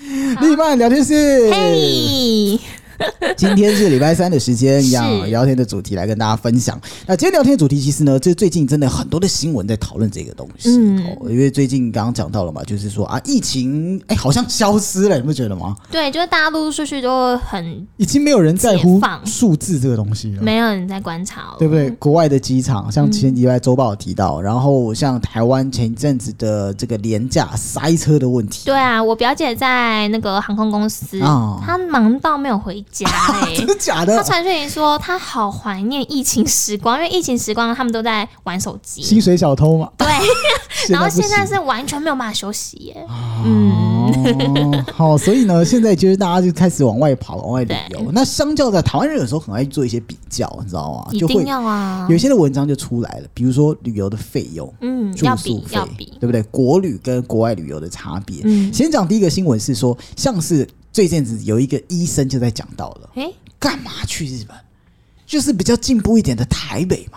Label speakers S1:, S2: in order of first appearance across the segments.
S1: 丽曼聊天室。
S2: 嘿，
S1: 今天是礼拜三的时间，要
S2: 是
S1: 聊天的主题来跟大家分享。那今天聊天的主题其实呢，就最近真的很多的新闻在讨论这个东西、
S2: 嗯
S1: 哦，因为最近刚刚讲到了嘛，就是说啊，疫情哎、好像消失了，你不觉得吗？
S2: 对，就是大家陆陆续续都很
S1: 已经没有人在乎
S2: 解放
S1: 数字这个东西了。
S2: 没嗯有人在观察哦了，
S1: 对不对？国外的机场，像前几礼拜周报有提到，然后像台湾前一阵子的这个廉价塞车的问题，
S2: 对啊，我表姐在那个航空公司，
S1: 哦
S2: 她忙到没有回 家哎、
S1: 真的假
S2: 她
S1: 的？
S2: 传讯息说她好怀念疫情时光，因为疫情时光他们都在玩手机，
S1: 薪水小偷嘛。
S2: 对，然后
S1: 不行啊
S2: 现在是完全没有办法休息耶、嗯
S1: 哦，好，所以 呢，现在就是大家就开始往外跑，往外旅游。那相较在台湾人有时候很爱做一些比较，你知道吗？
S2: 一
S1: 就会
S2: 定要啊
S1: 有，一些的文章就出来了，比如说旅游的费用。
S2: 嗯，
S1: 住
S2: 要
S1: 宿
S2: 比
S1: 费
S2: 要比，
S1: 对不对？国旅跟国外旅游的差别。
S2: 嗯
S1: 先讲第一个新闻是说，像是最近子有一个医生就在讲到了，
S2: 哎、
S1: 干嘛去日本？就是比较进步一点的台北嘛，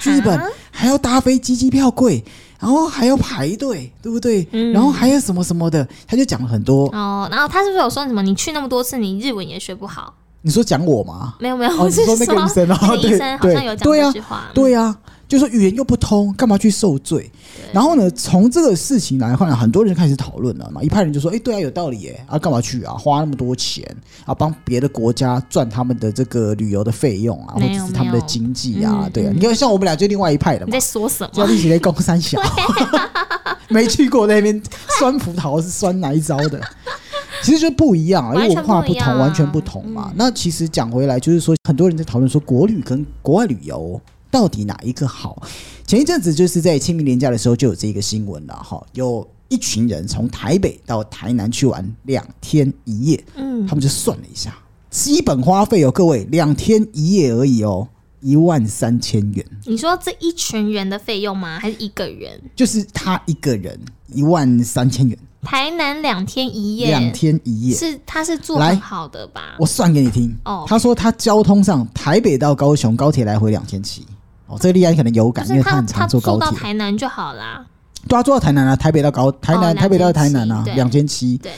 S1: 去日本
S2: 哈
S1: 还要搭飞机，机票贵，然后还要排队，对不对？
S2: 嗯
S1: 然后还有什么什么的，他就讲了很多。
S2: 哦，然后她是不是有说什么？你去那么多次，你日文也学不好？
S1: 你说讲我吗？
S2: 没有没有，
S1: 哦
S2: 我是
S1: 你说那个医生哦
S2: 那个
S1: 对
S2: 医生好像有讲
S1: 对
S2: 这
S1: 啊
S2: 句话，
S1: 对呀、就说语言又不通，干嘛去受罪？然后呢，从这个事情来看，很多人开始讨论了嘛。一派人就说：“哎，对啊，有道理耶，啊，干嘛去啊？花那么多钱啊，帮别的国家赚他们的这个旅游的费用啊，或
S2: 没有
S1: 者是他们的
S2: 没有
S1: 经济啊，
S2: 嗯
S1: 对啊。
S2: 嗯
S1: 你看，像我们俩就另外一派的嘛
S2: 你在，说什
S1: 叫
S2: 么？
S1: 立起来攻三小，没去过那边酸葡萄是酸哪一招的？其实就不一样啊，因嗯为文化不同，完
S2: 完
S1: 全
S2: 全
S1: 不
S2: 不
S1: 同
S2: 一样
S1: 嘛。那其实讲回来，就是说很多人在讨论说国旅跟国外旅游到底哪一个好？前一阵子就是在清明年假的时候就有这个新闻了哈，有一群人从台北到台南去玩两天一夜，
S2: 嗯
S1: 他，们就算了一下，基本花费哦，各位两天一夜而已哦，一万三千元。
S2: 你说这一群人的费用吗？还是一个人？
S1: 就是他一个人一万三千元，
S2: 台南两天一夜，
S1: 两天一夜。
S2: 是他是做
S1: 来
S2: 很好的吧？
S1: 我算给你听，
S2: 哦
S1: 他说他交通上台北到高雄高铁来回两千七，哦，这个立安可能有
S2: 可
S1: 感，因
S2: 是
S1: 为
S2: 他
S1: 很
S2: 他
S1: 常坐
S2: 住
S1: 高
S2: 到
S1: 铁，
S2: 台南就好啦。
S1: 对啊，坐到台南啊，台北到高台南，
S2: 哦
S1: 台北到台南啊，两
S2: 2700
S1: 千七，
S2: 对，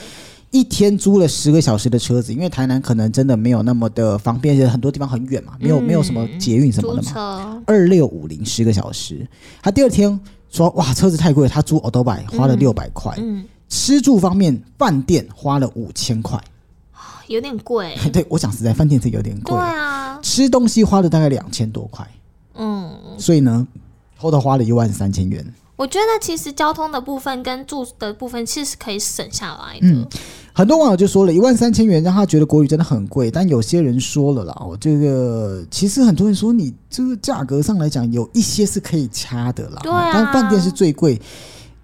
S1: 一天租了十个小时的车子，因为台南可能真的没有那么的方便，而且很多地方很远嘛，
S2: 嗯
S1: 没有、没有什么捷运什么
S2: 租
S1: 的嘛，
S2: 车哦
S1: 二六五零十个小时，他第二天说哇车子太贵了，他租 o d o b i 花了六百块，
S2: 嗯
S1: 吃住方面，饭店花了五千块。
S2: 有点贵。
S1: 对我讲实在，饭店是有点 贵
S2: 哎对
S1: 了。
S2: 啊，
S1: 吃东西花了大概两千多块，
S2: 嗯，
S1: 所以呢，偷偷花了一万三千元。
S2: 我觉得其实交通的部分跟住的部分其实是可以省下来的。
S1: 嗯很多网友就说了一万三千元让他觉得国旅真的很贵，但有些人说了啦，哦，这个其实很多人说你这个价格上来讲，有一些是可以掐的啦，哦
S2: 对啊
S1: 但饭店是最贵。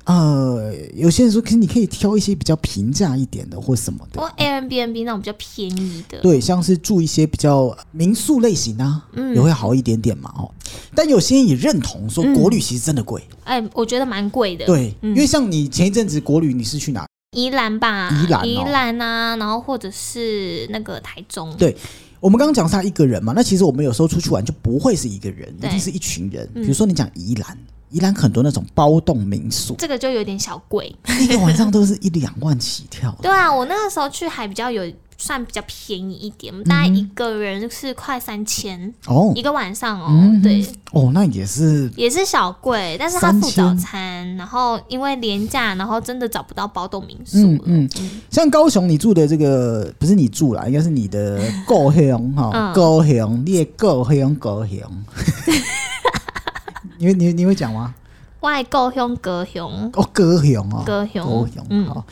S1: 呃，有些人说，可是你可以挑一些比较平价一点的或什么的。
S2: 我 Airbnb 那种比较便宜的，
S1: 对，像是住一些比较民宿类型啊，
S2: 嗯
S1: 也会好一点点嘛哦。但有些人也认同说国旅其实真的贵，
S2: 哎、我觉得蛮贵的。
S1: 对，
S2: 嗯
S1: 因为像你前一阵子国旅你是去哪？
S2: 宜兰吧，
S1: 宜兰哦
S2: 啊，然后或者是那个台中，
S1: 对我们刚刚讲是他一个人嘛，那其实我们有时候出去玩就不会是一个人，一
S2: 对
S1: 定是一群人。比
S2: 嗯，
S1: 如说你讲宜兰，宜兰很多那种包栋民宿
S2: 这个就有点小贵。
S1: 一个晚上都是一两万起跳的。
S2: 对啊，我那个时候去还比较有算比较便宜一点，我们大概一个人是快三千、
S1: 嗯哦
S2: 一个晚上哦，
S1: 嗯
S2: 对，
S1: 哦，那也是
S2: 也是小贵，但是他付
S1: 3000
S2: 早餐，然后因为廉价，然后真的找不到包栋民宿
S1: 嗯
S2: 了。
S1: 嗯，像高雄你住的这个不是你住啦，应该是你的高雄哈，
S2: 嗯
S1: 高雄，你的高雄高雄， 你会你会你会讲吗？
S2: 外购凶隔凶
S1: 哦，高雄哦，
S2: 高雄
S1: 高雄
S2: 嗯
S1: 好。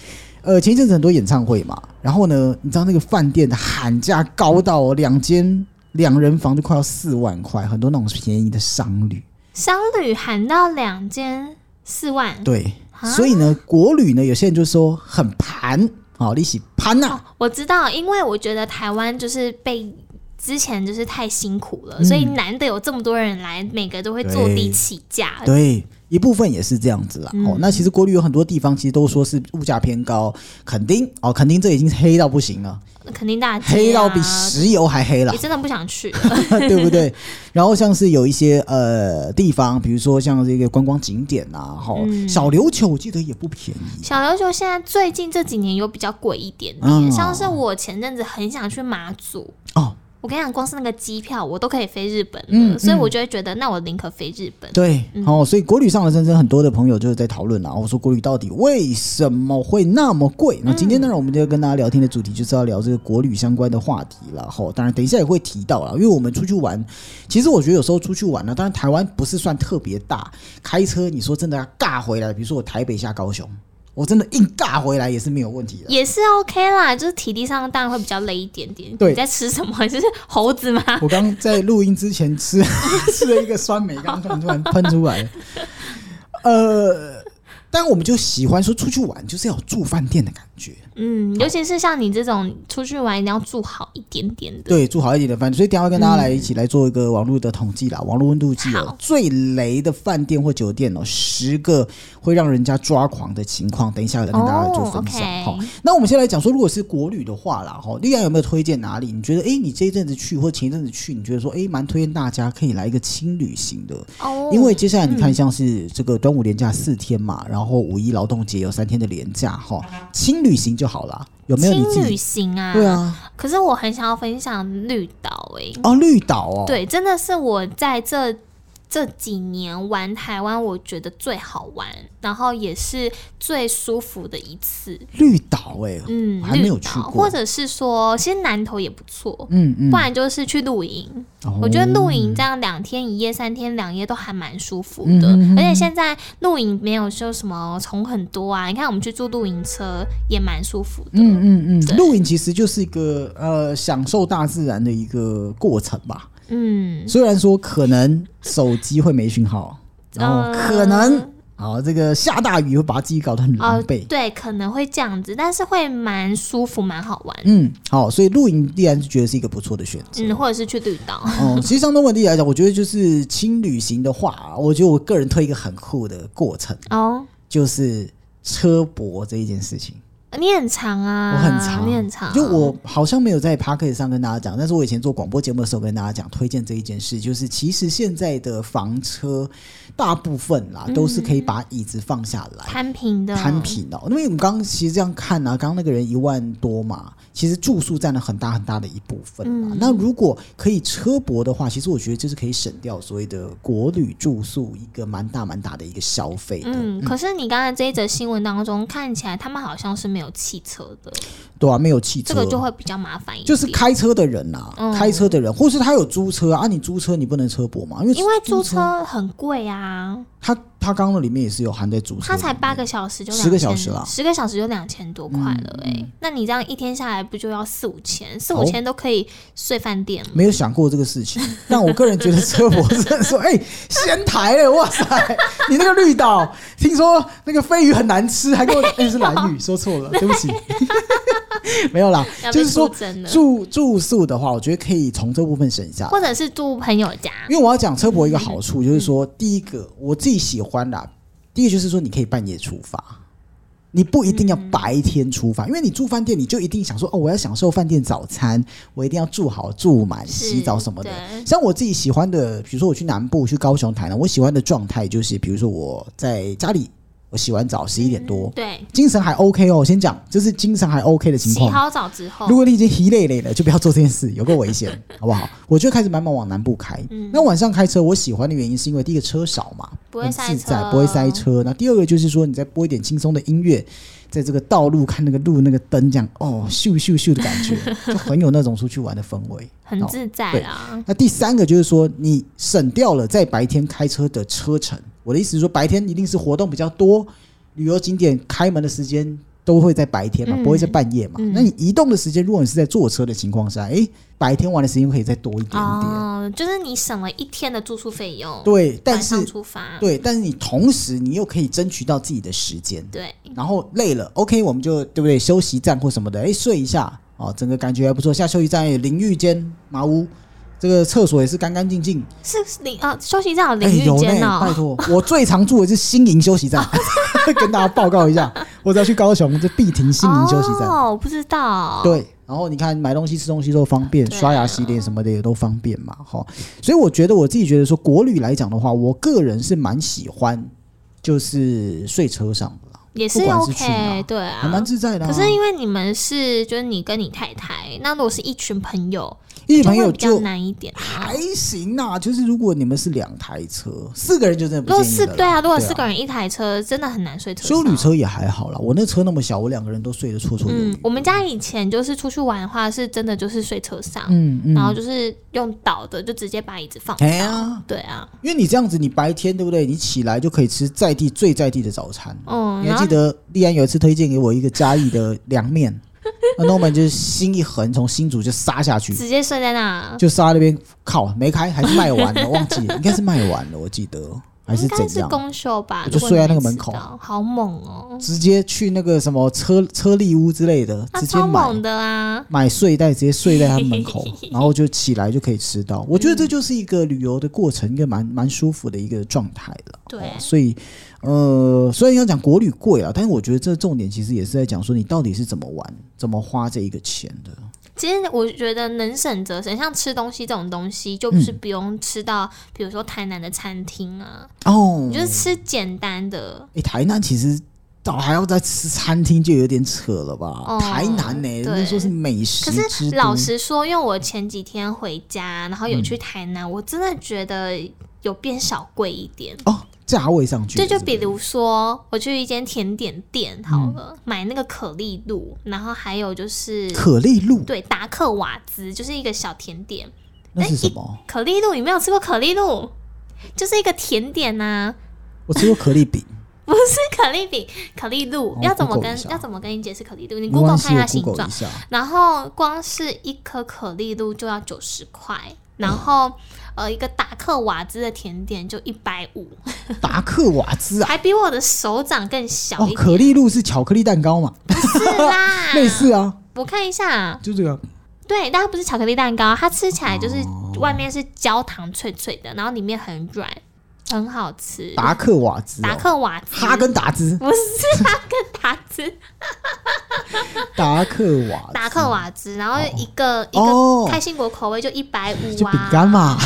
S1: 呃，前一阵子很多演唱会嘛，然后呢，你知道那个饭店的喊价高到哦两间两人房就快要四万块，很多那种便宜的商旅，
S2: 商旅喊到两间四万，
S1: 对，
S2: 啊
S1: 所以呢，国旅呢，有些人就说很盘，好、利息盘呐、
S2: 哦我知道，因为我觉得台湾就是被之前
S1: 嗯
S2: 就是太辛苦了，所以难得有这么多人来，每个都会坐地起价。
S1: 对，一部分也是这样子啦。
S2: 嗯
S1: 哦，那其实国旅有很多地方其实都说是物价偏高，垦丁哦，垦丁这已经黑到不行了，
S2: 肯定大街、啊、
S1: 黑到比啊石油还黑了
S2: 也。真的不想去。
S1: 对不对？然后像是有一些呃地方，比如说像这个观光景点啊，哈、小琉球我记得也不便宜，
S2: 小琉球现在最近这几年有比较贵一点点，
S1: 嗯
S2: 像是我前阵子很想去马祖。
S1: 哦，
S2: 我跟你讲，光是那个机票我都可以飞日本了，
S1: 嗯
S2: 所以我就会觉得，那我宁可飞日本。
S1: 对，哦，所以国旅上的真真很多的朋友就是在讨论啦，我说国旅到底为什么会那么贵？那今天当然我们就要跟大家聊天的主题就是要聊这个国旅相关的话题了，吼、当然等一下也会提到啊啦，因为我们出去玩，其实我觉得有时候出去玩呢，当然台湾不是算特别大，开车你说真的要尬回来，比如说我台北下高雄，我真的硬尬回来也是没有问题的。
S2: 也是 OK 啦，就是体力上当然会比较累一点点。
S1: 对
S2: 你在吃什么？ 就是猴子吗？
S1: 我刚在录音之前吃 吃了一个酸梅，刚刚突然喷出来。呃，但我们就喜欢说出去玩就是要有住饭店的感觉，
S2: 嗯，尤其是像你这种出去玩，一定要住好一点点的。
S1: 对，住好一点的饭店。所以等一下会跟大家来一起来做一个网络的统计啦，网络温度计哦
S2: 嗯好，
S1: 最雷的饭店或酒店哦，十个会让人家抓狂的情况，等一下来跟大家来做分享。
S2: 哦
S1: 好、
S2: ，OK
S1: 那我们先来讲说，如果是国旅的话啦，哈，丽安有没有推荐哪里？你觉得，诶，你这一阵子去或前一阵子去，你觉得说，诶，蛮推荐大家可以来一个轻旅行的。
S2: 哦
S1: 因为接下来你看，像是这个端午连假四天嘛，然后五一劳动节有三天的连假哈，轻旅行就好啦。有没有你
S2: 嗯轻
S1: 自
S2: 旅
S1: 己？
S2: 行啊，
S1: 对。啊，
S2: 可是我很想要分享绿岛欸诶、
S1: 哦，绿岛哦，，
S2: 对，真的是我在这这几年玩台湾，我觉得最好玩，然后也是最舒服的一次。
S1: 绿岛哎，
S2: 嗯，
S1: 我还没有
S2: 绿岛
S1: 去过
S2: 或者是说，其实南投也不错。
S1: 嗯嗯
S2: 不，然就是去露营，
S1: 哦
S2: 我觉得露营这样两天一夜、三天两夜都还蛮舒服的，
S1: 嗯哼
S2: 而且现在露营没有说什么虫很多啊。你看我们去住露营车也蛮舒服的，
S1: 嗯嗯嗯，露营其实就是一个呃享受大自然的一个过程吧。
S2: 嗯，
S1: 虽然说可能手机会没讯号，
S2: 呃
S1: 然后可能啊、这个下大雨会把自己搞得很
S2: 哦、
S1: 狼狈。
S2: 对，可能会这样子，但是会蛮舒服、蛮好玩。
S1: 嗯，好，所以露营依然是觉得是一个不错的选择。
S2: 嗯，或者是去绿岛，
S1: 哦，其实像中文地来讲，我觉得就是轻旅行的话，啊我觉得我个人推一个很酷的过程，
S2: 哦，
S1: 就是车博这一件事情。
S2: 你很长啊，
S1: 我很常，
S2: 你很长，
S1: 就我好像没有在 p a r k 上跟大家讲，但是我以前做广播节目的时候跟大家讲，推荐这一件事，就是其实现在的房车大部分啦都是可
S2: 嗯
S1: 以把椅子放下来。
S2: 摊平的
S1: 摊，平哦，因为我们刚刚其实这样看啊，刚刚那个人一万多嘛，其实住宿占了很大很大的一部分
S2: 嗯
S1: 啊。那如果可以车泊的话，其实我觉得就是可以省掉所谓的国旅住宿一个蛮大蛮大的一个消费的，
S2: 嗯，可是你刚才这一则新闻当中，看起来他们好像是没有汽车的，
S1: 对啊，没有汽车，
S2: 这个就会比较麻烦一点，
S1: 就是开车的人呐、
S2: 嗯
S1: 开车的人，或是他有租车啊，啊你租车你不能车泊嘛，因为
S2: 因为租
S1: 租
S2: 车很贵啊，
S1: 他他刚刚那里面也是有含在租车里面，
S2: 它才八个小时就
S1: 10个小时啦嗯
S2: 十个小时就两千多块了哎、那你这样一天下来不就要四五千，四五千都可以睡饭店了。
S1: 没有想过这个事情，但我个人觉得车博真的说，哎、仙台了，哇塞！你那个绿岛，听说那个飞鱼很难吃，还跟我讲那、哎是蓝鱼，说错了，对不起。没有啦，
S2: 要被
S1: 就是说
S2: 出征了
S1: 住住宿的话，我觉得可以从这部分省下来
S2: 或者是住朋友家，
S1: 因为我要讲车博一个好处，就是说，第一个我自己喜欢啦，第一个就是说你可以半夜出发，你不一定要白天出发，因为你住饭店，你就一定想说，哦，我要享受饭店早餐，我一定要住好住满，
S2: 是
S1: 洗澡什么的。
S2: 对
S1: 像我自己喜欢的，比如说我去南部，去高雄、台南，我喜欢的状态就是，比如说我在家里，我洗完澡十一点多，
S2: 对，
S1: 精神还 OK 哦。我先讲，这是精神还 OK 的情
S2: 洗
S1: 况。
S2: 好澡之后
S1: 如，果你已经疲累累了，就不要做这件事，有个危 险，好不好？我就开始慢慢往南部开。那晚上开车，我喜欢的原因是因为第一个车少嘛，
S2: 嗯不会
S1: 很
S2: 塞
S1: 自在，
S2: 车
S1: 不会塞车。那第二个就是说，你再播一点轻松的音乐，在这个道路看那个路那个灯，这样哦，咻咻咻的 感觉，就很有那种出去玩的氛围。
S2: 很
S1: 哦
S2: 自在啊
S1: 对
S2: 啦。
S1: 那第三个就是说，你省掉了在白天开车的车程。我的意思是说，白天一定是活动比较多，旅游景点开门的时间都会在白天嘛，
S2: 嗯
S1: 不会在半夜嘛。
S2: 嗯
S1: 那你移动的时间，如果你是在坐车的情况下，诶，白天玩的时间可以再多一点点。
S2: 哦，就是你省了一天的住宿费用，
S1: 对，但
S2: 晚
S1: 是
S2: 上出发，
S1: 对，但是你同时你又可以争取到自己的时间。
S2: 对
S1: 然后累了，OK，我们就对不对？休息站或什么的，哎，睡一下哦，整个感觉还不错。下休息站有淋浴间、麻屋，这个厕所也是干干净净。
S2: 是淋啊，休息站有
S1: 哎、
S2: 淋浴
S1: 有
S2: 间
S1: 呢，拜
S2: 哦。
S1: 托，我最常住的是新营休息 站，跟大家报告一下，我只要去高雄就必停新营休息站。
S2: 哦，我不知道。，
S1: 对，然后你看买东西、吃东西都方便，
S2: 对啊
S1: 刷牙、洗脸什么的也都方便嘛，哈。所以我觉得我自己觉得说国旅来讲的话，我个人是蛮喜欢，就是睡车上的啦，
S2: 也
S1: 不
S2: 是
S1: 管是去
S2: OK，
S1: 哪
S2: 对啊，
S1: 还蛮自在的、啊。
S2: 可是因为你们是就是你跟你太太，那如果是一群朋友，
S1: 一群朋友
S2: 会比较
S1: 就
S2: 难一点啊。
S1: 还行呐、就是如果你们是两台车，四个人就真的不
S2: 如果
S1: 建议
S2: 是
S1: 了啦
S2: 对啊，如果四
S1: 啊
S2: 个人一台车，真的很难睡车上。
S1: 修旅车也还好啦，我那车那么小，我两个人都睡得绰绰有余
S2: 嗯。，我们家以前就是出去玩的话，是真的就是睡车上，
S1: 嗯嗯
S2: 然后就是用倒的，就直接把椅子放倒。
S1: 哎呀
S2: 对啊，
S1: 因为你这样子，你白天对不对？你起来就可以吃在地最在地的早餐。
S2: 嗯，
S1: 你
S2: 然
S1: 还
S2: 后
S1: 记得丽安有一次推荐给我一个嘉义的凉面，那 Norman 就是心一横，从新竹就杀下去，
S2: 直接睡在那，
S1: 就杀那边靠没开，还是卖完了，忘 记了，应该是卖完了，我记得还是
S2: 应该
S1: 怎
S2: 是
S1: 样，
S2: 公休吧，
S1: 我就
S2: 如果
S1: 睡在
S2: 你
S1: 那个
S2: 没
S1: 门
S2: 迟
S1: 口
S2: 到好猛哦，
S1: 直接去那个什么车车立屋之类的，
S2: 那
S1: 直接
S2: 超
S1: 买
S2: 猛的啊！
S1: 买睡袋，直接睡在他们门口，然后就起来就可以吃到。我觉得这就是一个旅游的过程，一个蛮蛮舒服的一个状态了。
S2: 对
S1: 哦所以呃，虽然要讲国旅贵啊了，但是我觉得这重点其实也是在讲说你到底是怎么玩、怎么花这一个钱的。
S2: 其实我觉得能省则省，像吃东西这种东西，
S1: 嗯
S2: 就不是不用吃到，比如说台南的餐厅啊，
S1: 哦
S2: 你，就是吃简单的。
S1: 诶，台南其实。到还要再吃餐厅就有点扯了吧？
S2: 哦
S1: 台南呢、人家
S2: 对
S1: 说是美食
S2: 可是
S1: 之都，
S2: 老实说，因为我前几天回家，然后有
S1: 嗯
S2: 去台南，我真的觉得有变少贵一点。
S1: 哦，价位上去
S2: 这
S1: 了
S2: 就是
S1: 不
S2: 比
S1: 是
S2: 如说，我去一间甜点店好了，
S1: 嗯
S2: 买那个可丽露，然后还有就是
S1: 可丽露
S2: 对达克瓦兹，就是一个小甜点。
S1: 那是
S2: 诶
S1: 什
S2: 一
S1: 么？
S2: 可丽露，你没有吃过可丽露？就是一个甜点呐、
S1: 我吃过可丽饼，
S2: 不是可丽饼，可丽露
S1: 哦
S2: 要怎么
S1: Google 一
S2: 跟
S1: 下
S2: 要怎么跟你解释可丽露？你
S1: 没关
S2: Google
S1: 系
S2: 看
S1: 我
S2: 它形
S1: Google
S2: 状
S1: 一，下。
S2: 然后光是一颗可丽露就要九十块，然后呃一个达克瓦兹的甜点就一百五，
S1: 达克瓦兹啊，
S2: 还比我的手掌更小
S1: 哦
S2: 一，
S1: 可
S2: 点。
S1: 丽露是巧克力蛋糕嘛，，
S2: 是啦
S1: 类似啊，
S2: 我看一下，
S1: 就这个
S2: 对，但它不是巧克力蛋糕，它吃起来就是
S1: 哦
S2: 外面是焦糖脆脆的，然后里面很软，很好吃。
S1: 达克嗯瓦兹、
S2: 达
S1: 哦，
S2: 克瓦兹，
S1: 哈根达兹，
S2: 不是哈根达斯，
S1: 达克瓦兹，
S2: 达克瓦兹，然后一个、
S1: 哦
S2: 一个开心果口味就一百五
S1: 就
S2: 啊，
S1: 饼干嘛，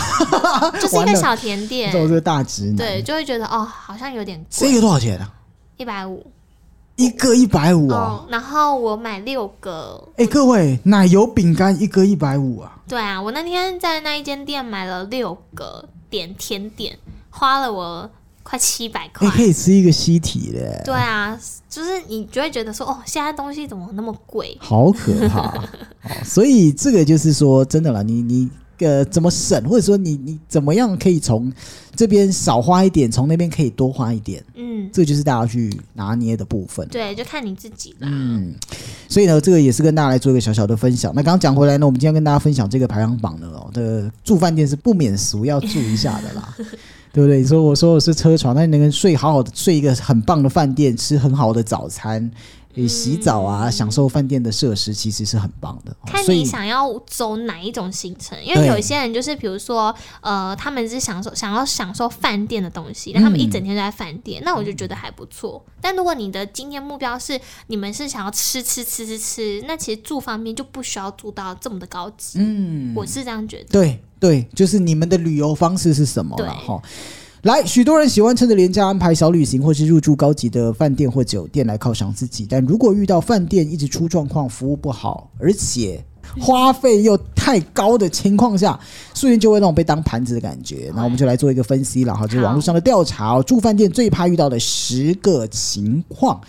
S2: 就是一
S1: 完了
S2: 个小甜
S1: 你
S2: 点
S1: 知道，我这个大直男，
S2: 对，，就会觉得哦，好像有点
S1: 这
S2: 贵，
S1: 个多少钱啊？
S2: 一百五。
S1: 一个一百五啊！
S2: 嗯，然后我买六个，
S1: 哎、各位，奶油饼干一个一百五啊！
S2: 对啊，我那天在那一间店买了六个点甜点，花了我快七百
S1: 哎、
S2: 块。
S1: 可以吃一个西体嘞，
S2: 对啊，就是你就会觉得说，哦，现在东西怎么那么贵？
S1: 好可怕！ 哦，所以这个就是说，真的啦，你你呃怎么省，或者说你你怎么样可以从这边少花一点，从那边可以多花一点。
S2: 嗯，
S1: 这就是大家去拿捏的部分。
S2: 对，就看你自己啦。
S1: 嗯，所以呢，这个也是跟大家来做一个小小的分享。那刚刚讲回来呢，我们今天跟大家分享这个排行榜呢，哦，的住饭店是不免俗要住一下的 啦，对不对？你说我说我是车床，那你能睡好好的睡一个很棒的饭店，吃很好的早餐，
S2: 嗯
S1: 也洗澡啊，享受饭店的设施，其实是很棒的。哦
S2: 看
S1: 所以
S2: 你想要走哪一种行程，因
S1: 对
S2: 为有一些人就是，比如说，呃，他们是享受想要享受饭店的东西，那
S1: 嗯
S2: 他们一整天都在饭店，那我就觉得还不错。但如果你的今天目标是你们是想要吃吃吃吃吃，那其实住方面就不需要住到这么的高级。嗯，我是这样觉得。
S1: 对对，就是你们的旅游方式是什么了
S2: 对
S1: 哈。来，许多人喜欢趁着廉价安排小旅行，或是入住高级的饭店或酒店来犒赏自己。但如果遇到饭店一直出状况，服务不好，而且花费又太高的情况下，瞬间就会那种被当盘子的感觉。那我们就来做一个分析了哈，就是网络上的调查、哦，住饭店最怕遇到的十个情况，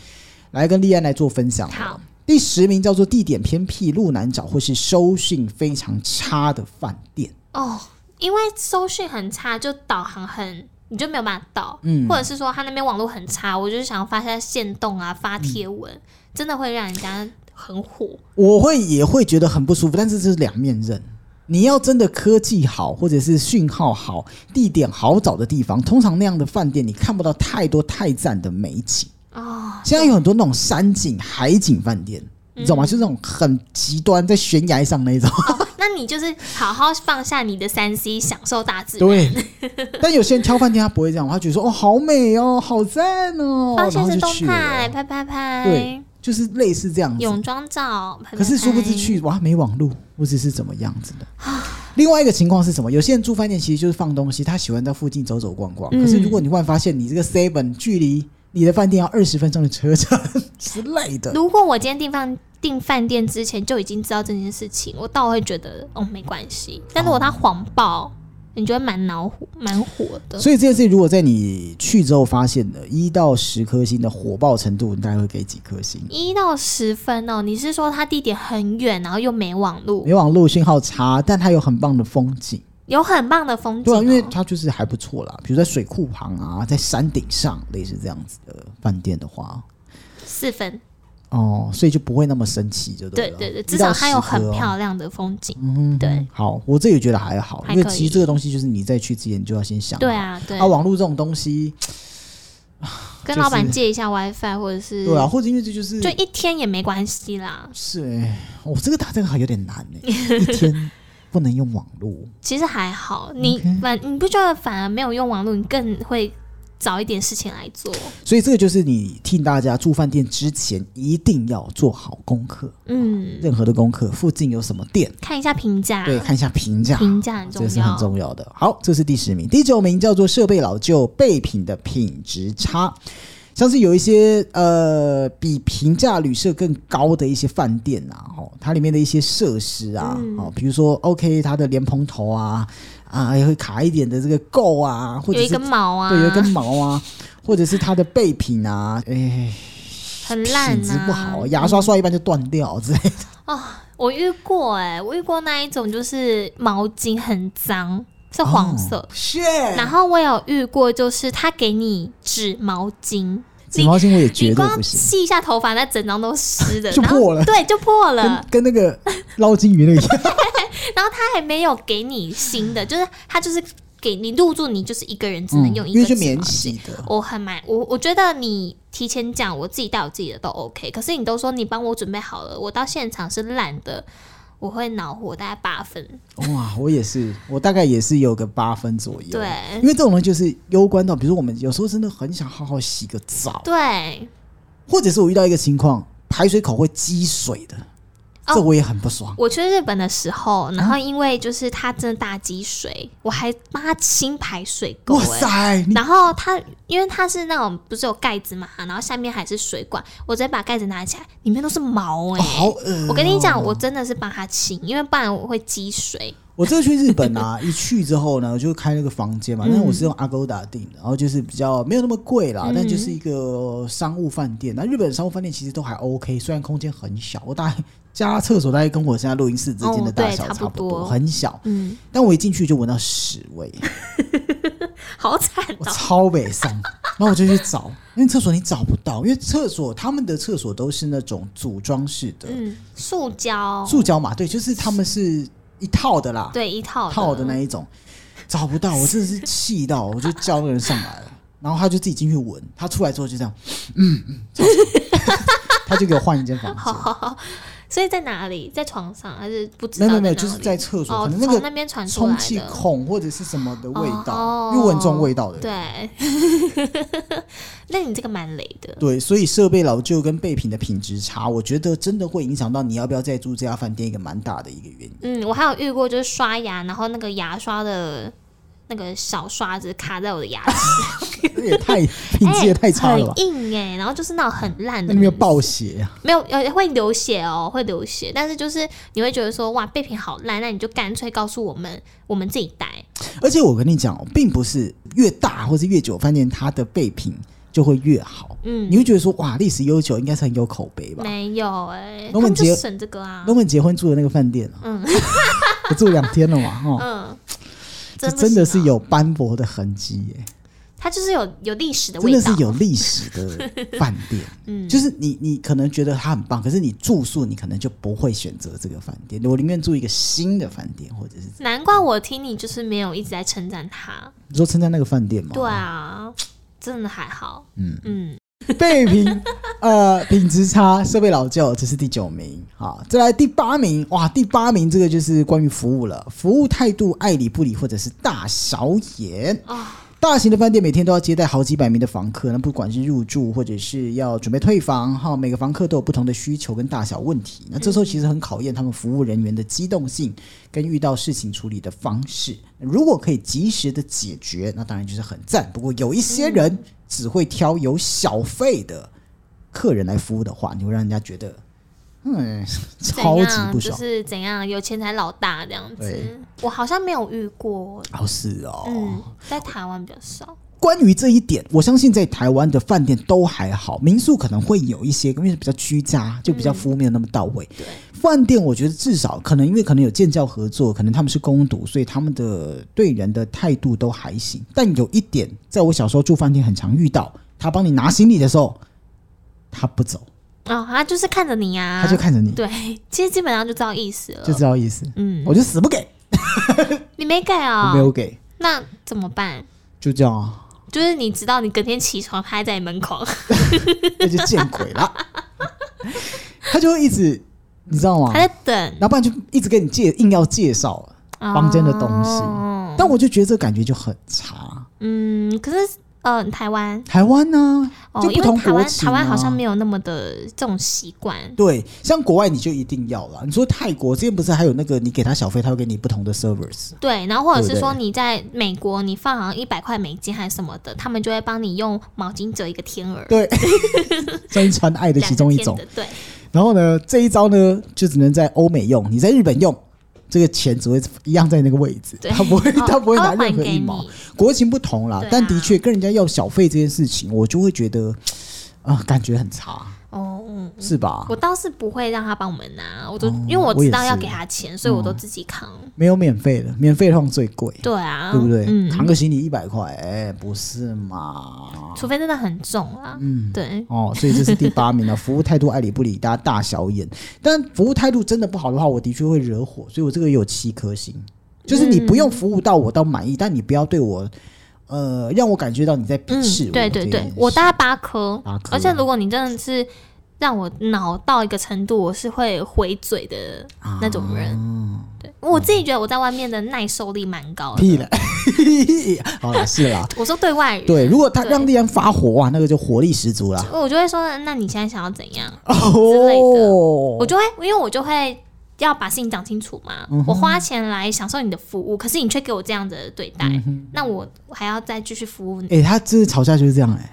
S1: 来跟丽安来做分享。
S2: 好，
S1: 第十名叫做地点偏僻、路难找或是收讯非常差的饭店。
S2: 哦，因为搜讯很差，就导航很。你就没有办法导，
S1: 嗯
S2: 或者是说他那边网络很差，我就是想要发下线动啊，发贴文，
S1: 嗯
S2: 真的会让人家很火。
S1: 我会也会觉得很不舒服，但是这是两面刃。你要真的科技好，或者是讯号好、地点好找的地方，通常那样的饭店你看不到太多太赞的美景。
S2: 哦，
S1: 现在有很多那种山景、海景饭店，你知道吗？就那种很极端，在悬崖上那一种。
S2: 哦那那你就是好好放下你的三 C，享受大自然。
S1: 对，但有些人挑饭店他不会这样，他觉得说哦好美哦，好赞哦，
S2: 放
S1: 然
S2: 现
S1: 后
S2: 实
S1: 就
S2: 动
S1: 去了。
S2: 态，拍拍
S1: 对
S2: 拍，，
S1: 就是类似这样子。
S2: 泳装照。拍拍
S1: 可是殊不知
S2: 拍，
S1: 去哇没网路，或者是怎么样子的。另外一个情况是什么？有些人住饭店其实就是放东西，他喜欢在附近走走逛逛。
S2: 嗯
S1: 可是如果你忽然发现你这个 seven 距离你的饭店要二十分钟的车程之类 的，
S2: 如果我今天订饭订饭店之前就已经知道这件事情，我倒会觉得哦没关系。但如果他谎报，你就会蛮恼火，蛮火的。
S1: 所以这件事情如果在你去之后发现的，一到十颗星的火爆程度，你大概会给几颗星？
S2: 一到十分哦，你是说它地点很远，然后又没网络，
S1: 没网路信号差，但它有很棒的风景。
S2: 有很棒的风景、
S1: 对啊，
S2: 哦，
S1: 因为它就是还不错啦，比如在水库旁啊，在山顶上，类似这样子的饭店的话，
S2: 四分，
S1: 哦，所以就不会那么生气，就
S2: 对
S1: 了。
S2: 对对，
S1: 啊一
S2: 至
S1: 到
S2: 少它有
S1: 十颗
S2: 很
S1: 哦
S2: 漂亮的风景，
S1: 嗯
S2: 对，
S1: 好，我这个觉得还好，
S2: 还
S1: 因为
S2: 可
S1: 其
S2: 以
S1: 实这个东西就是你在去之前就要先想。
S2: 对。啊对，
S1: 啊，网络这种东西，就
S2: 跟
S1: 是
S2: 老板借一下 WiFi 或者是，
S1: 对啊，或者因为这就是
S2: 就一天也没关系啦。
S1: 是哎，我、这个打这个还有点难哎、一天不能用网络，
S2: 其实还好，你
S1: OK
S2: 反你不觉得反而没有用网络，你更会找一点事情来做？
S1: 所以这个就是你替大家住饭店之前一定要做好功课，
S2: 嗯，
S1: 任何的功课，附近有什么店，
S2: 看一下评价，
S1: 对，看一下评价，
S2: 评价很
S1: 这
S2: 重
S1: 个是
S2: 要
S1: 很。重要的。好，这是第十名，第九名叫做设备老旧，备品的品质差。像是有一些呃比平价旅社更高的一些饭店啊，哦，它里面的一些设施啊，
S2: 嗯
S1: 哦，比如说 OK 它的莲蓬头啊，啊也会卡一点的这个垢啊，或者
S2: 有一
S1: 是
S2: 根毛啊，
S1: 对有一根毛啊，或者是它的备品啊，哎，
S2: 很烂
S1: 品质
S2: 啊，
S1: 不好，牙刷刷一半就断掉之类的。
S2: 我遇过哎、我遇过那一种就是毛巾很脏， 是黄色。
S1: 哦 shit
S2: 然后我有遇过，就是他给你纸毛巾，
S1: 紫毛巾我也
S2: 你
S1: 绝对
S2: 光
S1: 不行，
S2: 吸一下头发，那整张都湿的，
S1: 就
S2: 然后
S1: 破了
S2: 对，就破了。
S1: 跟跟那个捞金鱼那个一样。
S2: 然后他还没有给你新的，就是他就是给你入住，你就是一个人只能 用一
S1: 嗯因
S2: 个
S1: 为就
S2: 纸
S1: 免
S2: 毛巾。
S1: 洗的。
S2: 我很蛮我我觉得你提前讲，我自己带我自己的都 OK。可是你都说你帮我准备好了，我到现场是烂的，我会恼火，大概八分。
S1: 哇，我也是，我大概也是有个八分左右。
S2: 对，
S1: 因为这种东西就是攸关到，比如说我们有时候真的很想好好洗个澡，
S2: 对，
S1: 或者是我遇到一个情况，排水口会积水的，
S2: 哦
S1: 这我也很不爽。
S2: 我去日本的时候，然后因为就是它真的大积水，我还帮它清排水沟、
S1: 哇
S2: 欸。
S1: 塞，你
S2: 然后它因为它是那种不是有盖子嘛，然后下面还是水管，我直接把盖子拿起来，里面都是毛哎、
S1: 哦好恶哦、
S2: 我跟你讲，我真的是帮它清，因为不然我会积水。
S1: 我这次去日本啊， 一去之后呢，我就开那个房间嘛，但是
S2: 嗯
S1: 我是用 Agoda 订的，然后就是比较没有那么贵啦，但
S2: 嗯
S1: 就是一个商务饭店。那日本商务饭店其实都还 OK，虽然空间很小，我大概 加厕所大概跟我现在录音室之间的
S2: 哦
S1: 大
S2: 对
S1: 小
S2: 差不
S1: 差不多，
S2: 多
S1: 很小。
S2: 嗯，
S1: 但我一进去就闻到屎 味，
S2: 好惨
S1: 我
S2: 哦、
S1: 超北上，然后我就去找，因为厕所你找不到，因为厕所他们的厕所都是那种组装式的，
S2: 嗯，塑胶，
S1: 塑胶嘛，对，就是他们是一套的啦，
S2: 对，一套的
S1: 套的那一种，找不到，我真的是气 到，我就叫那个人上来了，然后他就自己进去闻，他出来之后就这样， 嗯嗯，超爽他就给我换一间房
S2: 好
S1: 间。
S2: 好好。哦所以在哪里？在床上还是不知
S1: 没
S2: 道
S1: 有没有
S2: 在
S1: 没有，
S2: 哪
S1: 就是
S2: 里
S1: 在厕所，
S2: 哦，
S1: 可能那
S2: 从那
S1: 个
S2: 边传出来
S1: 充
S2: 的
S1: 气孔或者是什么的味
S2: 哦
S1: 道，因为我很重味道的人。
S2: 对， 那你这个蛮雷的。
S1: 对，所以设备老旧跟备品的品质差，我觉得真的会影响到你要不要再住这家饭店一个蛮大的一个原因。
S2: 嗯，我还有遇过，就是刷牙，然后那个牙刷的那个小刷子卡在我的牙 齿，
S1: 这也太品质也太差了吧
S2: 很？硬哎、然后就是那种很烂
S1: 那
S2: 的，
S1: 你没有爆血啊？
S2: 没有呃会流血哦，会流血，但是就是你会觉得说哇备品好烂，那你就干脆告诉我们，我们自己带。
S1: 而且我跟你讲哦，并不是越大或是越久饭店它的备品就会越好，
S2: 嗯
S1: 你，会觉得说哇，历史悠久应该是很有口碑吧？
S2: 没有哎、他
S1: 那我
S2: 们
S1: 们
S2: 就
S1: 结
S2: 省这个啊
S1: 那，我们结婚住的那个饭店、啊，
S2: 嗯
S1: 我住两天了嘛， 哈、
S2: 嗯，
S1: 这
S2: 不
S1: 真的是
S2: 行啊，
S1: 有斑驳的痕迹耶、
S2: 它就是有有历史的
S1: 真
S2: 味道，
S1: 的是有历史的饭店，
S2: 嗯
S1: 就是你你可能觉得它很棒，可是你住宿你可能就不会选择这个饭店，我宁愿住一个新的饭店，或者是
S2: 难怪我听你就是没有一直在称赞他。啊
S1: 你说称赞那个饭店吗？
S2: 对，啊，真的还好。
S1: 哦嗯
S2: 嗯，
S1: 被评呃品质差、设备老旧，这是第九名。好，再来第八名，哇，第八名这个就是关于服务了，服务态度爱理不理或者是大小眼。
S2: 啊、
S1: 大型的饭店每天都要接待好几百名的房客，那不管是入住或者是要准备退房，哈，每个房客都有不同的需求跟大小问题。那这时候其实很考验他们服务人员的机动性跟遇到事情处理的方式。如果可以及时的解决，那当然就是很赞。不过有一些人只会挑有小费的客人来服务的话，你会让人家觉得，嗯，
S2: 怎
S1: 超级
S2: 样
S1: 不
S2: 就
S1: 爽。
S2: 是怎样有钱才老大这样
S1: 对
S2: 子，我好像没有遇过，
S1: 好是哦，
S2: 嗯，在台湾比较少，
S1: 关于这一点，我相信在台湾的饭店都还好，民宿可能会有一些，因为比较居家，就比较
S2: 嗯
S1: 服务没有那么到位。
S2: 对
S1: 饭店我觉得至少可能因为可能有建教合作，可能他们是公读，所以他们的对人的态度都还行。但有一点，在我小时候住饭店很常遇到，他帮你拿行李的时候，他不走，
S2: 哦，他就是看着你啊，
S1: 他就看着你，
S2: 对，其实基本上就知道意思了，
S1: 就知道意思，
S2: 嗯，
S1: 我就死不给，
S2: 你没给
S1: 我
S2: 啊、
S1: 没有给，
S2: 那怎么办？
S1: 就这样啊，
S2: 就是你知道，你隔天起床他还在你门
S1: 哦
S2: 口，
S1: 那就见鬼
S2: 啊
S1: 了。 他就会一直，你知道吗？
S2: 他在等
S1: 然后不然就一直跟你介硬要介绍房间的东西，
S2: 哦
S1: 但我就觉得这个感觉就很差。
S2: 嗯，可是呃，台湾
S1: 台湾呢、
S2: 哦，
S1: 就
S2: 因
S1: 不
S2: 为
S1: 同
S2: 台
S1: 国
S2: 湾
S1: 情、啊
S2: 台湾好像没有那么的这种习惯，
S1: 对，像国外你就一定要啦。你说泰国之前不是还有那个你给他小费，他会给你不同的 servers，
S2: 对，然后或者
S1: 对
S2: 是
S1: 不对
S2: 说你在美国你放好像一百块美金还是什么的，他们就会帮你用毛巾折一个天鹅，
S1: 对，算是传爱的
S2: 两
S1: 其
S2: 个
S1: 中一
S2: 天
S1: 种
S2: 的。，对，
S1: 然后呢，这一招呢就只能在欧美用，你在日本用。这个钱只会一样在那个位置，
S2: 对
S1: 他不会，
S2: 哦
S1: 他不会拿
S2: 他会
S1: 任何
S2: 还给
S1: 一毛
S2: 你。
S1: 国情不同啦，
S2: 对啊
S1: 但的确跟人家要小费这件事情，我就会觉得，啊、感觉很差，
S2: 哦，嗯。
S1: 是吧？
S2: 我倒是不会让他帮我们拿，我都、
S1: 哦
S2: 因为我
S1: 我也
S2: 知道要
S1: 是嗯
S2: 给他钱，所以我都自己扛。
S1: 没有免费的，免费通常最贵，
S2: 对啊，
S1: 对不对？
S2: 嗯，
S1: 扛个行李一百块，哎，不是嘛？
S2: 除非真的很重啊。嗯，对，
S1: 哦，所以这是第八名 了。服务态度爱理不理，大家大小眼。但服务态度真的不好的话，我的确会惹火，所以我这个也有七颗星。就是你不用服务到我到满意，但你不要对我，呃，让我感觉到你在鄙
S2: 嗯
S1: 视我。，
S2: 对对对，我大概八颗
S1: 八，颗
S2: 而且如果你真的是让我恼到一个程度，我是会回嘴的那种人。对，我自己觉得我在外面的耐受力蛮高
S1: 啊屁
S2: 的。
S1: 了， 好了是啦。
S2: 我说对外人，
S1: 对，如果他
S2: 对
S1: 让那人发火哇，那个就活力十足啦。
S2: 我就会说，那你现在想要怎样？类的
S1: 哦
S2: 我，就会，因为我就会要把事情讲清楚嘛。
S1: 嗯
S2: 我花钱来享受你的服务，可是你却给我这样的对待，
S1: 嗯
S2: 那我我还要再继续服务 你。
S1: 哎、他真的吵架就是这样哎、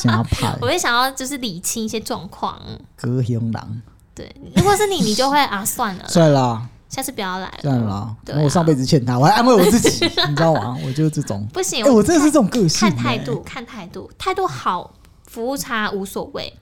S1: 真要 怕
S2: 我会想要就是理清一些状况。
S1: 隔行狼，
S2: 对，如果是你，你就会啊，算了啦，
S1: 算啦，
S2: 下次不要来
S1: 算
S2: 了。
S1: 啦。
S2: 对啊
S1: 那我上辈子欠他，我还安慰我自己， 你知道吗？我就是这种，
S2: 不行，
S1: 哎、我真的是这种个性、
S2: 看
S1: 欸，
S2: 态，度，看态度，态度好，服务差无所谓。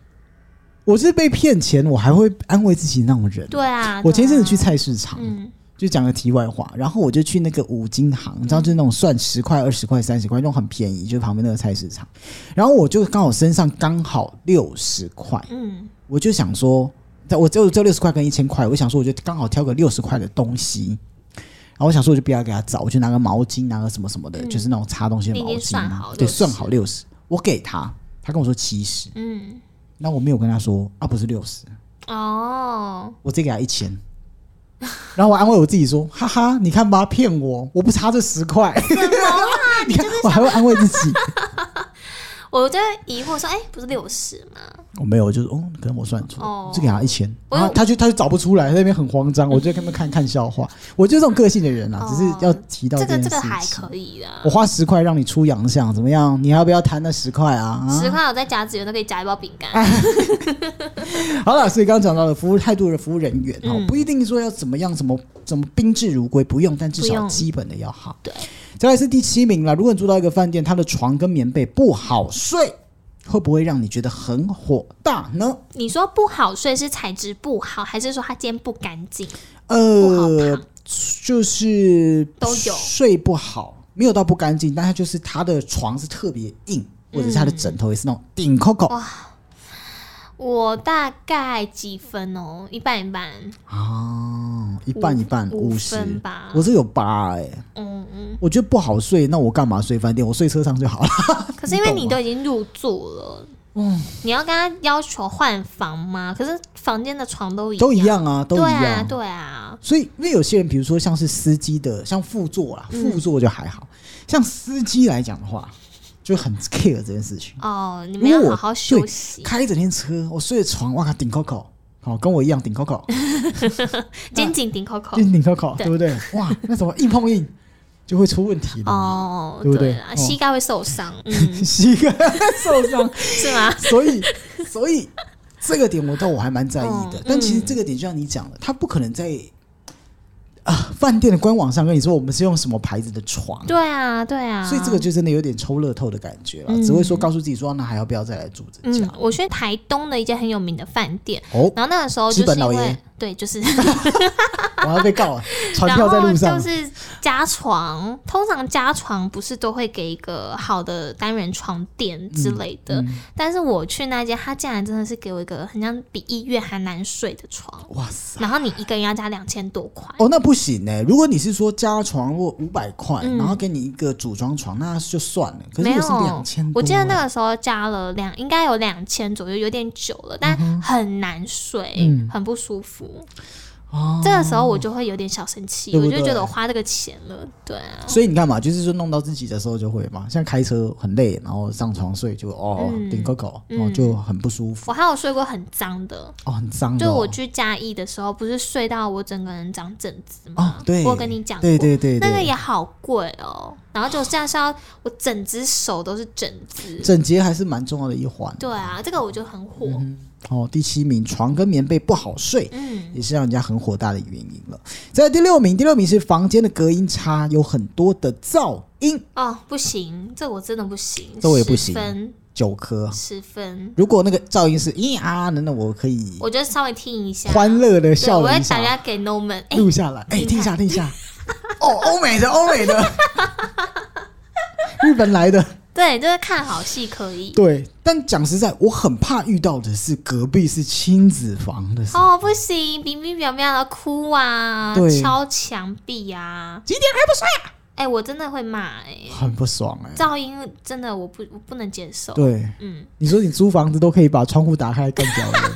S1: 我是被骗钱，我还会安慰自己那种人。
S2: 对啊，
S1: 我前一阵子去
S2: 对啊，
S1: 菜市场，
S2: 嗯，
S1: 就讲个题外话，然后我就去那个五金行，你知道，就是那种算十块、二十块、三十块那种很便宜，就是旁边那个菜市场。然后我就刚好身上刚好六十块，
S2: 嗯，
S1: 我就想说，但我只有只有六十块跟一千块，我想说我就刚好挑个六十块的东西，然后我想说我就不要给他找，我就拿个毛巾，拿个什么什么的，就是那种擦东西的
S2: 你已
S1: 毛
S2: 经
S1: 巾
S2: 算
S1: 嘛
S2: 好
S1: 对，
S2: 60
S1: 算好六十，我给他，他跟我说七十，
S2: 嗯，
S1: 那我没有跟他说啊，不是六十，
S2: 哦，
S1: 我直接给他一千。然后我安慰我自己说：“哈哈，你看吧，骗我，我不差这十块。 你看，我还会安慰自己，
S2: 我就会疑惑说，哎，不是六十吗？
S1: 我没有，我就是哦，可能我算错，
S2: 哦
S1: 我就给他一千，
S2: 我
S1: 然后
S2: 有
S1: 他就他就找不出来，在那边很慌张，我就在那边看看笑话，我就是这种个性的人啊，
S2: 哦
S1: 只是要提到
S2: 这个
S1: 件
S2: 这
S1: 事
S2: 个还
S1: 情。
S2: 可以的啊
S1: 我。花十块让你出洋相，怎么样？你要不要贪那十块啊？啊
S2: 十块我在夹子园都可以夹一包饼干，
S1: 好了，所以刚刚讲到了服务态度的服务人员，哦，
S2: 嗯
S1: 不一定说要怎么样，怎么怎么宾至如归，不用，但至
S2: 不
S1: 少
S2: 用
S1: 基本的要好。
S2: 对，
S1: 再来是第七名了。如果你住到一个饭店，它的床跟棉被不好睡，会不会让你觉得很火大呢？
S2: 你说不好睡是材质不好，还是说它今天不干净？不
S1: 呃
S2: 好，
S1: 就是
S2: 都有
S1: 睡不好，没有到不干净，但它就是它的床是特别硬，
S2: 嗯
S1: 或者是它的枕头也是那种顶 Coco、
S2: 我大概几分哦，一半一半，
S1: 啊，一半一半，
S2: 五
S1: 五十
S2: 分吧
S1: 我是有八哎、
S2: 嗯嗯。
S1: 我觉得不好睡，那我干嘛睡饭店？我睡车上就好了。
S2: 可是因为你都已经入住了，
S1: 嗯
S2: 你要跟他要求换房吗？可是房间的床都一样，
S1: 都一样啊，都一
S2: 对啊，
S1: 样。
S2: 对啊，
S1: 所以，因为有些人，比如说像是司机的，像副座啦，副座就还好、像司机来讲的话，就很 care 这件事情。
S2: 哦，你们
S1: 如
S2: 要
S1: 果
S2: 好好休息
S1: 对。开一整天车，我睡床，哇，顶 Coco，好、跟我一样顶 Coco，
S2: 肩颈顶 Coco
S1: 就是顶 Coco，
S2: 对
S1: 对不对？哇，那怎么硬碰硬就会出问题的，
S2: 哦，
S1: 对不对
S2: 啦，
S1: 哦
S2: 膝盖会受伤， 嗯，
S1: 膝盖受伤，
S2: 是吗？
S1: 所 以，所以这个点我倒我还蛮在意的。
S2: 嗯
S1: 但其实这个点就像你讲的，他不可能在啊饭店的官网上跟你说我们是用什么牌子的床，
S2: 对啊，对啊，
S1: 所以这个就真的有点抽乐透的感觉了，
S2: 嗯
S1: 只会说告诉自己说那还要不要再来住这家
S2: 嗯？，我去台东的一间很有名的饭店，
S1: 哦，
S2: 然后那个时候
S1: 资
S2: 就
S1: 本
S2: 是因
S1: 老爷
S2: 为对，就是
S1: 我要被告 了，船
S2: 然
S1: 票
S2: 后
S1: 在路上
S2: 就。是加床，通常加床不是都会给一个好的单人床垫之类的，
S1: 嗯
S2: 但是我去那间，他竟然真的是给我一个很像比医院还难睡的床，
S1: 哇塞！
S2: 然后你一个人要加两千多块，
S1: 哦，那不行呢、如果你是说加床或五百块，
S2: 嗯
S1: 然后给你一个组装床，那就算了。可是
S2: 没
S1: 我
S2: 有
S1: 是两千，欸
S2: 我记得那个时候加了两，应该有两千左右，有点久了，但很难睡，
S1: 嗯
S2: 很不舒服。
S1: 哦，
S2: 这个时候我就会有点小生气，
S1: 对不
S2: 我就觉
S1: 对
S2: 得我花这个钱了，对啊，
S1: 所以你看嘛，就是说弄到自己的时候就会嘛，像开车很累，然后上床睡就哦
S2: 嗯
S1: 顶个狗，哦
S2: 嗯
S1: 就很不舒服，
S2: 我还有睡过很脏的，
S1: 哦很脏的
S2: 就
S1: 哦。
S2: 我去嘉义的时候，不是睡到我整个人长疹子吗？
S1: 哦对，
S2: 我有跟你讲过，
S1: 对对对
S2: 那个
S1: 对，
S2: 也好贵哦。然后就这样是要我整只手都是疹子，
S1: 整洁还是蛮重要的一环。
S2: 对啊，这个我就很火，
S1: 哦，第七名床跟棉被不好睡，
S2: 嗯
S1: 也是让人家很火大的原因了。在第六名，第六名是房间的隔音差，有很多的噪音，
S2: 哦，不行，这我真的不行，
S1: 这我也不行
S2: 十分
S1: 九颗。
S2: 十分，
S1: 如果那个噪音是咿啊的，那我可以
S2: 我就稍微听一下，
S1: 欢乐的
S2: 对，
S1: 笑
S2: 我
S1: 了
S2: 会
S1: 一
S2: 打
S1: 下
S2: 电。话给 No Man，哎、
S1: 录下来，哎、听一下，听一下。哦，欧美的，欧美的，日本来的，
S2: 对，就是看好戏可以。
S1: 对。但讲实在，我很怕遇到的是隔壁是亲子房的时候，
S2: 哦，不行，冰冰表面的哭啊
S1: 对，
S2: 敲墙壁啊，
S1: 几点还不睡啊？
S2: 哎、我真的会骂哎、
S1: 很不爽哎、
S2: 噪音真的我不我不能接受。
S1: 对，
S2: 嗯，
S1: 你说你租房子都可以把窗户打开干掉人，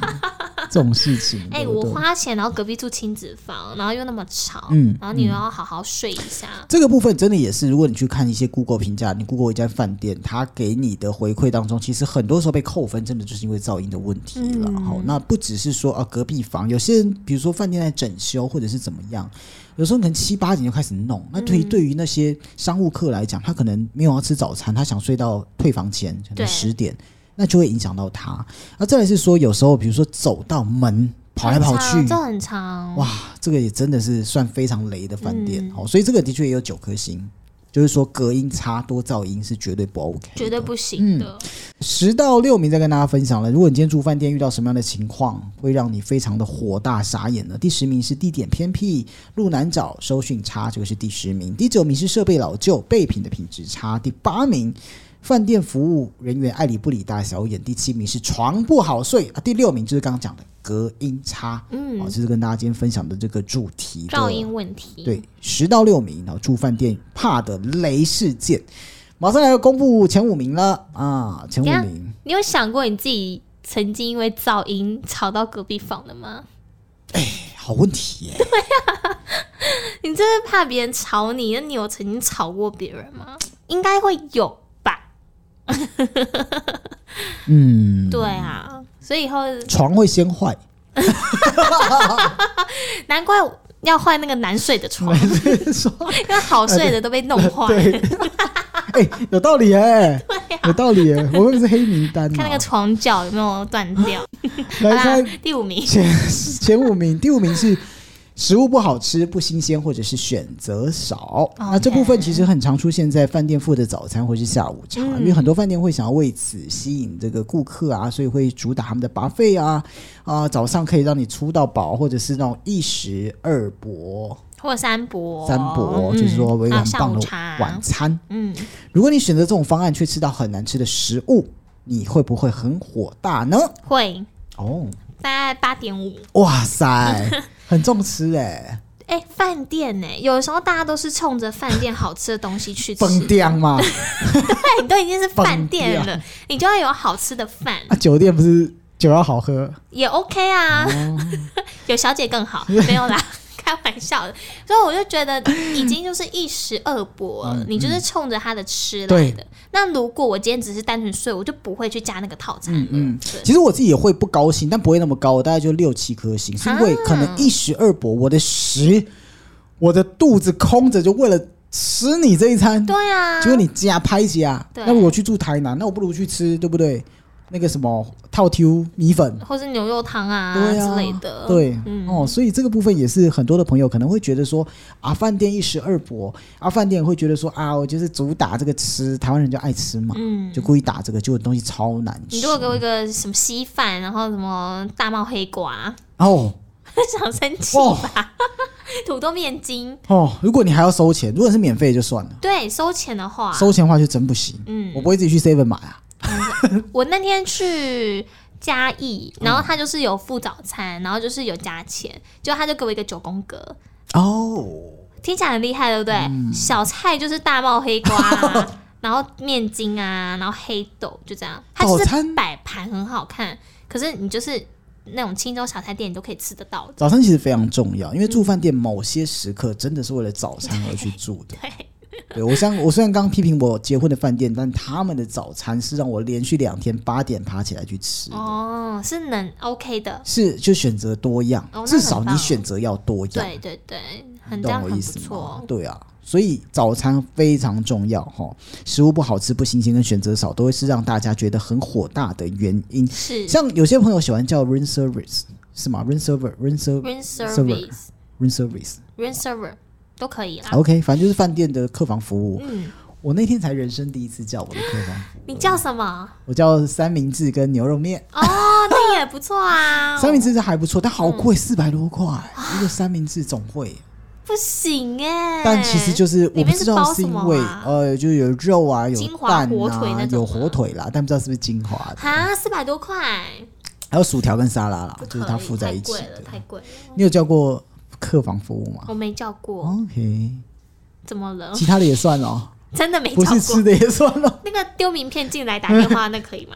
S1: 这种事 情，对
S2: 哎、
S1: 不
S2: 我
S1: 对？
S2: 花钱，然后隔壁住亲子房，然后又那么吵，
S1: 嗯
S2: 然后你又要好好睡一下，
S1: 这个部分真的也是，如果你去看一些 Google 评价，你 Google 一家饭店，它给你的回馈当中，其实很多时候被扣分，真的就是因为噪音的问题了。
S2: 嗯
S1: 好、那不只是说啊隔壁房，有些人比如说饭店在整修或者是怎么样，有时候可能七八点就开始弄。那
S2: 嗯
S1: 对于对于那些商务客来讲，他可能没有要吃早餐，他想睡到退房前，可能
S2: 对
S1: 十点，那就会影响到他。那再来是说，有时候比如说走到门跑来跑去
S2: 很长，这很长。
S1: 哇，这个也真的是算非常雷的饭店、
S2: 嗯
S1: 哦，所以这个的确也有九颗星，就是说隔音差、多噪音是绝对不 OK，的
S2: 绝对不行的，
S1: 嗯十到六名再跟大家分享了。如果你今天住饭店遇到什么样的情况，会让你非常的火大傻眼呢？第十名是地点偏僻、路难找、收讯差，这个是第十名。第九名是设备老旧、备品的品质差。第八名。饭店服务人员爱理不理大小眼，第七名是床不好睡啊，第六名就是刚刚讲的隔音差，
S2: 嗯
S1: 哦，这是跟大家今天分享的这个主题的
S2: 噪音问题。
S1: 对，十到六名，然后住饭店怕的雷事件，马上来公布前五名了啊！前五
S2: 等一下
S1: 名，
S2: 你有想过你自己曾经因为噪音吵到隔壁房的吗？
S1: 好问题耶、
S2: 你真的怕别人吵你？那你有曾经吵过别人吗？应该会有吧。
S1: 嗯，
S2: 对啊，所以以后
S1: 床会先 坏，
S2: 难怪要换那个难睡的床，
S1: 说
S2: 因为好睡的都被弄坏。
S1: 啊
S2: 啊
S1: 对， 哎、有道理哎、有道理耶、我们是黑名单、
S2: 看那个
S1: 啊。
S2: 床脚有没有断 掉。
S1: 来
S2: 好啦
S1: 看
S2: 第五名，
S1: 前 前五名，第五名是食物不好吃、不新鲜，或者是选择少。那这部分其
S2: 哦
S1: 实很常出现在饭店附的早餐或是下午茶，因为
S2: 嗯
S1: 很多饭店会想要为此吸引这个顾客啊，所以会主打他们的 buffet 啊啊、早上可以让你出到饱，或者是那种一食二博、
S2: 或三博，
S1: 三博，就是说有一个
S2: 啊
S1: 很
S2: 下
S1: 棒
S2: 午
S1: 的
S2: 茶，
S1: 晚餐。
S2: 嗯，
S1: 如果你选择这种方案却吃到很难吃的食物，你会不会很火大呢？
S2: 会
S1: 哦，
S2: 大概八点五。
S1: 哇塞，很重吃哎、
S2: 哎、饭店呢、有的时候大家都是冲着饭店好吃的东西去吃，
S1: 蹦掉嘛，
S2: 对，你都已经是饭 店
S1: 饭
S2: 了，你就要有好吃的饭
S1: 啊，酒店不是酒要好喝，
S2: 也 OK 啊，
S1: 哦
S2: 有小姐更好，没有啦。开玩笑的，所以我就觉得已经就是一时二博了，你就是冲着他的吃来
S1: 嗯对
S2: 的。那如果我今天只是单纯睡，我就不会去加那个套餐
S1: 嗯
S2: 了。对，
S1: 其实我自己也会不高兴，但不会那么高，我大概就六七颗
S2: 啊
S1: 星，是因为可能一时二博，我的十，我的肚子空着，就为了吃你这一餐，
S2: 对啊，
S1: 结果你加拍加，
S2: 对
S1: 那我去住台南，那我不如去吃，对不对？那个什么套 Q 米粉，
S2: 或是牛肉汤啊
S1: 对啊
S2: 之类的。
S1: 对，
S2: 嗯，
S1: 哦，所以这个部分也是很多的朋友可能会觉得说啊，饭店一时二博，啊，饭店会觉得说啊，我就是主打这个吃，台湾人就爱吃嘛，
S2: 嗯
S1: 就故意打这个，结果东西超难
S2: 你
S1: 吃
S2: 如果给我一个什么稀饭，然后什么大帽黑瓜，
S1: 哦
S2: 想生气
S1: 哦
S2: 吧？ 土豆面筋，
S1: 哦，如果你还要收钱，如果是免费就算了，
S2: 对，收钱的话，
S1: 收钱的话就真不行，
S2: 啊嗯
S1: 我，不会自己去 seven 买啊，
S2: 我那天去嘉义，
S1: 嗯
S2: 然后他就是有付早餐，然后就是有加钱，就他就给我一个九宫格，
S1: 哦，
S2: 听起来很厉害，对不对？
S1: 嗯
S2: 小菜就是大帽黑瓜啊、 然后面筋啊，然后黑豆，就这样。它就
S1: 早
S2: 是
S1: 餐
S2: 摆盘很好看，可是你就是那种青州小菜店，你都可以吃得到的。
S1: 早餐其实非常重要，因为住饭店某些时刻真的是为了早餐而去住的。
S2: 对，
S1: 对我像我虽然刚批评我结婚的饭店，但他们的早餐是让我连续两天八点爬起来去吃的。嗯
S2: 哦，是能 OK 的，
S1: 是就选择多样，
S2: 哦那很
S1: 至少你
S2: 棒
S1: 选择要多样，
S2: 对对对，
S1: 你
S2: 很这
S1: 懂
S2: 样
S1: 我
S2: 很
S1: 意
S2: 不
S1: 思吗
S2: 错？。
S1: 对啊，所以早餐非常重要哈，食物不好吃、不新鲜跟选择少，都会是让大家觉得很火大的原因。
S2: 是
S1: 像有些朋友喜欢叫 room service 是吗？room server room server
S2: room
S1: server
S2: service
S1: room service
S2: room server 都可以啦。
S1: OK，反正就是饭店的客房服务。
S2: 啊嗯，
S1: 我那天才人生第一次叫我的客房，
S2: 你叫什么？
S1: 我叫三明治跟牛肉面。
S2: 哦，那也不错 啊。
S1: 三明治是还不错，但好
S2: 嗯
S1: 贵，四百多块一个三明治总会。
S2: 不行哎、
S1: 但其实就是我
S2: 里
S1: 不
S2: 面是
S1: 知道
S2: 包
S1: 是
S2: 什
S1: 因
S2: 么
S1: 为
S2: 啊
S1: 呃，就有肉啊，有
S2: 精华
S1: 蛋
S2: 火腿
S1: 啊
S2: 那，
S1: 有
S2: 种吗
S1: 火腿啦，但不知道是不是精华的，
S2: 哈，四百多块，
S1: 还有薯条跟沙拉啦
S2: 不，可
S1: 就是它
S2: 以
S1: 附在一起
S2: 太贵了，
S1: 的。哦
S2: 太贵了，
S1: 你有叫过客房服务吗
S2: 我没叫过，
S1: ？OK，
S2: 怎么了？
S1: 哦其他的也算哦，
S2: 真的没
S1: 不
S2: 叫
S1: 是
S2: 过
S1: 吃。的也算哦。
S2: 那个丢名片进来打电话，那 可以吗？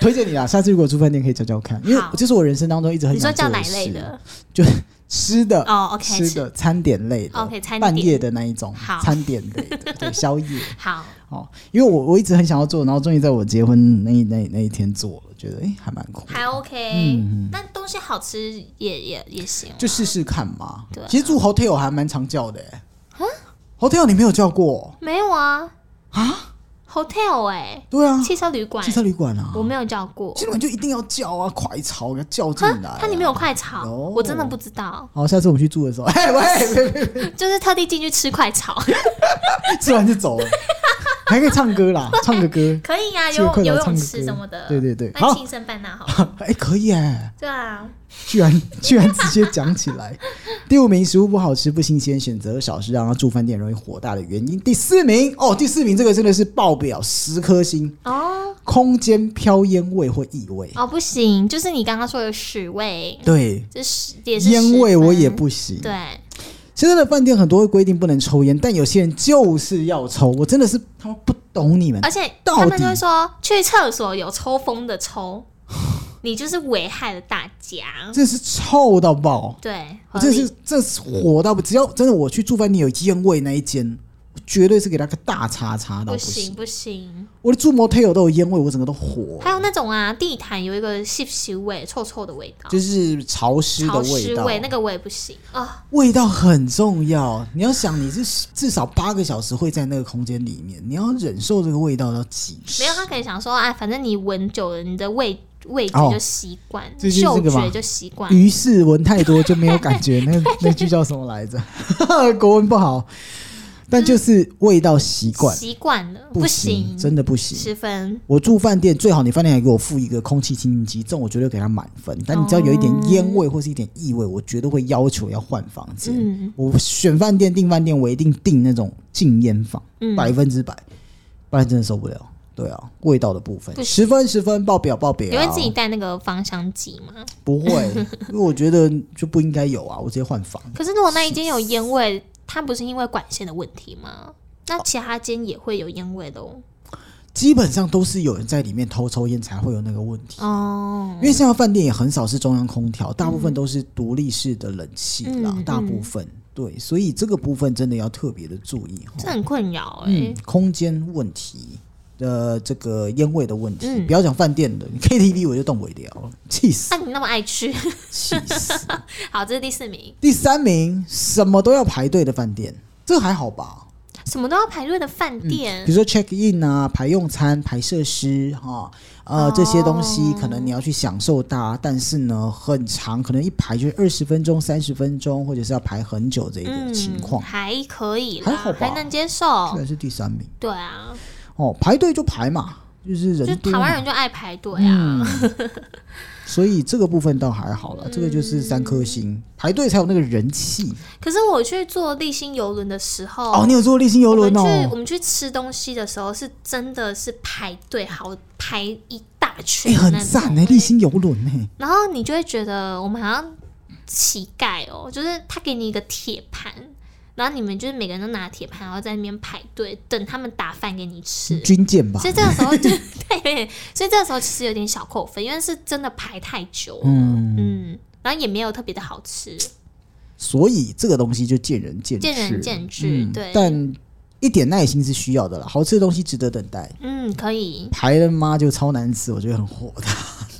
S1: 推荐你啊啦，下次如果住饭店可以教教看，因为
S2: 好
S1: 这是我人生当中一直很
S2: 你说
S1: 想
S2: 叫
S1: 做
S2: 哪
S1: 事
S2: 类的？
S1: 就吃的
S2: 哦，OK，
S1: 吃
S2: 吃
S1: 的餐点类的
S2: OK，餐
S1: 半
S2: 点
S1: 夜的那一种
S2: 好
S1: 餐点类的，对宵夜。
S2: 好，
S1: 哦，因为我我一直很想要做，然后终于在我结婚那一那一那一天做了，觉得诶还蛮酷，
S2: 还 OK，、但
S1: 嗯
S2: 东西好吃也也也行。
S1: 就试试看嘛。
S2: 对啊
S1: 其实住 hotel 还蛮常叫的、欸，hotel 你没有叫过？
S2: 没有啊啊，hotel 哎、
S1: 对啊，
S2: 汽车旅馆
S1: 汽，车旅馆啊，
S2: 我没有叫过
S1: 汽。车旅馆就一定要叫啊，快炒给它叫进
S2: 哈
S1: 来、啊。哦
S2: 它里面有快炒，
S1: 有
S2: 我真的不知道，
S1: 好，下次我们去住的时候，哎、喂别，别
S2: 就是特地进去吃快炒。
S1: 别吃完就走了，还可以唱歌 啦，唱个歌，
S2: 可以啊，
S1: 这个
S2: 游
S1: 困扰
S2: 游
S1: 唱
S2: 泳
S1: 歌
S2: 池什么的。
S1: 对对对
S2: 那
S1: 好
S2: 庆生办那好了。
S1: 哎、可以哎、
S2: 对啊，
S1: 居然 居然直接讲起来。第五名，食物不好吃、不新鲜，选择少是让他住饭店容易火大的原因。第四名，哦，第四名这个真的是爆表，十颗星。
S2: 哦
S1: 空间飘烟味或异味，
S2: 哦，不行，就是你刚刚说的屎味，
S1: 对，
S2: 这屎也是
S1: 烟味
S2: 屎吗
S1: 我也不行。嗯
S2: 对，
S1: 现在的饭店很多会规定不能抽烟，但有些人就是要抽，我真的是他妈不懂你们
S2: 而。且
S1: 到
S2: 他们就
S1: 底
S2: 会说去厕所有抽风的抽， 你就是危害了大家。
S1: 真的是臭到爆！
S2: 对，
S1: 我
S2: 合
S1: 真的是
S2: 理。
S1: 啊这是火到不，只要真的我去住饭店有烟味那一间，我绝对是给他个大叉叉到
S2: 不
S1: 不行。
S2: 行不行，
S1: 我的住 motel 都有烟味，我整个都火
S2: 还，有那种啊，地毯有一个细细味，臭臭的味道，
S1: 就是潮湿的
S2: 潮
S1: 味
S2: 湿
S1: 道，
S2: 味，那个我也不行啊、
S1: 味道很重要。你要想，你是至少八个小时会在那个空间里面，你要忍受这个味道到几时？
S2: 没有，他可能想说，哎，反正你闻久了，你的味味觉
S1: 哦
S2: 就习惯，
S1: 这就是
S2: 嗅
S1: 这个嘛
S2: 觉就习惯。
S1: 于是闻太多就没有感觉。 那那句叫什么来着？ 国文不好，但就是味道习惯
S2: 习惯了，
S1: 不
S2: 行，
S1: 真的不行。
S2: 十分
S1: 我住饭店最好，你饭店还给我附一个空气清净机，这种我绝对给他满分。但你只要有一点烟味或是一点异味，我绝对会要求要换房间。
S2: 嗯
S1: 我选饭店订饭店，我一定订那种禁烟房，
S2: 嗯
S1: 百分之百，不然真的受不了。对啊，味道的部分
S2: 不
S1: 十分十分爆表爆表。啊
S2: 你会自己带那个芳香剂吗？
S1: 不 会，因为我觉得就不应该有啊，我直接换房。
S2: 可是如果那一间有烟味，它不是因为管线的问题吗？那其他间也会有烟味的哦。
S1: 基本上都是有人在里面偷抽烟才会有那个问题，
S2: 哦
S1: 因，为现在饭店也很少是中央空调，大部分都是独立式的冷气啦，
S2: 嗯
S1: 大部分对，所以这个部分真的要特别的注意
S2: 这
S1: 哈。
S2: 很困扰哎、
S1: 嗯，空间问题的这个烟味的问题，
S2: 嗯
S1: 不要讲饭店的 KTV 我就动不了了，气死
S2: 那、啊你那么爱吃，
S1: 气死。
S2: 好，这是第四名，
S1: 第三名，什么都要排队的饭店，这还好吧？
S2: 什么都要排队的饭店
S1: 比如说 check in 啊，排用餐、排设施哈，呃，
S2: 哦
S1: 这些东西可能你要去享受它，但是呢，很长，可能一排就是二十分钟、三十分钟，或者是要排很久这个嗯情况，
S2: 嗯还可以啦，
S1: 还好吧
S2: 能接
S1: 居
S2: 受。
S1: 然是第三名
S2: 对啊，
S1: 哦。排队就排嘛，就是
S2: 就
S1: 人多
S2: 台湾
S1: 嘛，嗯
S2: 人就爱排队啊。
S1: 所以这个部分倒还好
S2: 嗯
S1: 了。这个就是三颗星，排队才有那个人气
S2: 可是我去坐立新游轮的时候，
S1: 哦。你有坐立新游
S2: 我们
S1: 轮
S2: 去我
S1: 哦？
S2: 们去吃东西的时候，是真的是排队，好排一大
S1: 哎、
S2: 圈、
S1: 很赞哎、立。新游轮哎，
S2: 然后你就会觉得我们好像乞丐哦，就是他给你一个铁盘，然后你们就是每个人都拿铁盘，然后在那边排队等他们打饭给你吃。
S1: 军舰吧
S2: 所？以这个时候就 对，有点，所以这个时候其实有点小扣分，因为是真的排太久了，嗯然后也没有特别的好吃，
S1: 所以这个东西就见仁见智，
S2: 见仁见智，
S1: 嗯
S2: 对，
S1: 但一点耐心是需要的啦，好吃的东西值得等待。
S2: 嗯，可以
S1: 排了妈就超难吃，我觉得很火 大。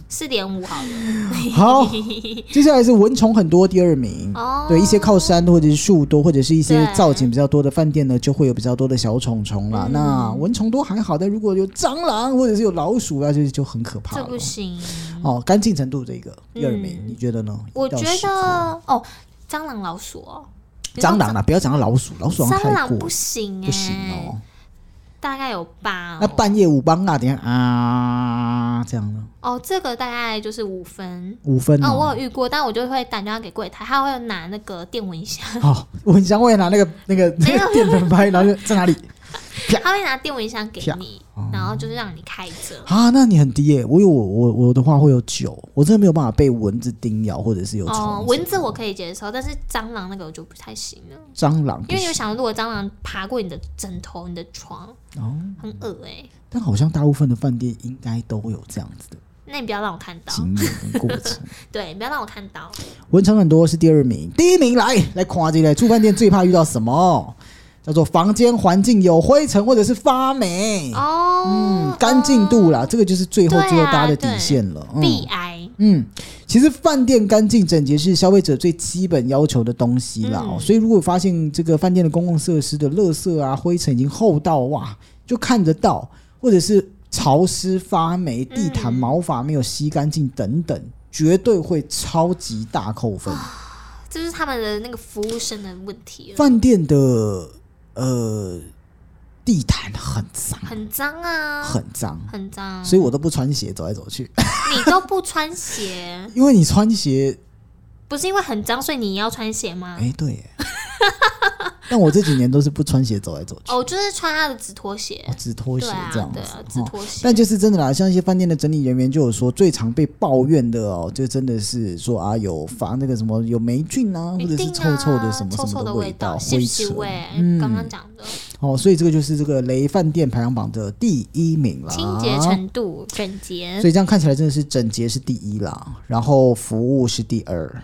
S2: 四点五好了，
S1: 好，接下来是蚊虫很多第二名。
S2: 哦，
S1: 对一些靠山或者是树多，或者是一些
S2: 对
S1: 造景比较多的饭店呢，就会有比较多的小虫虫啦。
S2: 嗯
S1: 那蚊虫都还好，但如果有蟑螂或者是有老鼠啊，就就很可怕
S2: 这
S1: 了
S2: 不。行，
S1: 哦，干净程度这个第二名，
S2: 嗯
S1: 你觉得呢？
S2: 我
S1: 一到
S2: 觉
S1: 十分
S2: 得哦，蟑螂老鼠哦，
S1: 蟑螂啊，不要讲到老鼠，老鼠好像
S2: 蟑
S1: 太
S2: 螂
S1: 过
S2: 不行哎、
S1: 不行哦。
S2: 大概有八、
S1: 那
S2: 哦，
S1: 半夜五帮啊，等一下啊，这样呢？
S2: 哦，这个大概就是五分。
S1: 五分
S2: 哦，我
S1: 哦。
S2: 有遇过，但我就会打电话给柜台，他会拿那个电蚊香，
S1: 好，哦我很想我也拿那个那个那个 电灯拍，然后就在 哪里
S2: 他会拿电蚊香给
S1: 啪哦
S2: 你，然后就是让你开着。
S1: 啊？那你很低耶、我有我我我的话会有九，我真的没有办法被蚊子叮咬，或者是有虫子、
S2: 哦，蚊子我可以接受，但是蟑螂那个我就不太行了，
S1: 蟑螂不
S2: 因为
S1: 行。
S2: 有想到如果蟑螂爬过你的枕头、你的床，
S1: 哦，
S2: 很恶哎、
S1: 但好像大部分的饭店应该都会有这样子的
S2: 那你不要让我看到，
S1: 经验跟过程。
S2: 对，你不要让我看到。
S1: 蚊虫很多是第二名，第一名来来夸这类住饭店最怕遇到什么？叫做房间环境有灰尘或者是发霉。
S2: 哦，
S1: 嗯，干净度啦，这个就是最后
S2: 对啊
S1: 最后大家的底线了。
S2: ，B
S1: 嗯
S2: I，
S1: 嗯，其实饭店干净整洁是消费者最基本要求的东西啦、哦
S2: 嗯
S1: 所以如果发现这个饭店的公共设施的垃圾啊、灰尘已经厚到哇，就看得到，或者是潮湿发霉、地毯、
S2: 嗯
S1: 毛发没有吸干净等等，绝对会超级大扣分。
S2: 这就是他们的那个服务生的问题了，
S1: 饭店的呃地毯很脏，
S2: 很脏啊，
S1: 很脏，
S2: 很脏，
S1: 所以我都不穿鞋走来走去。
S2: 你都不穿鞋，
S1: 因为你穿鞋，
S2: 不是因为很脏所以你要穿鞋吗？
S1: 哎、对耶， 但我这几年都是不穿鞋走来走去，
S2: 哦，就是穿他的纸拖鞋
S1: 我，只哦拖鞋
S2: 对啊，
S1: 这样子
S2: 对啊，。纸
S1: 哦
S2: 拖鞋，
S1: 但就是真的啦，像一些饭店的整理人员就有说，最常被抱怨的哦，就真的是说啊，有发那个什么有霉菌啊，或
S2: 一
S1: 者是
S2: 定
S1: 臭臭的
S2: 啊
S1: 什么
S2: 臭
S1: 什
S2: 臭
S1: 么
S2: 的
S1: 味道、
S2: 吸不
S1: 灰
S2: 吸
S1: 尘
S2: 味？
S1: 嗯
S2: 刚刚讲的
S1: 哦，所以这个就是这个雷饭店排行榜的第一名啦。
S2: 清洁程度、整洁，
S1: 所以这样看起来真的是整洁是第一啦，然后服务是第二。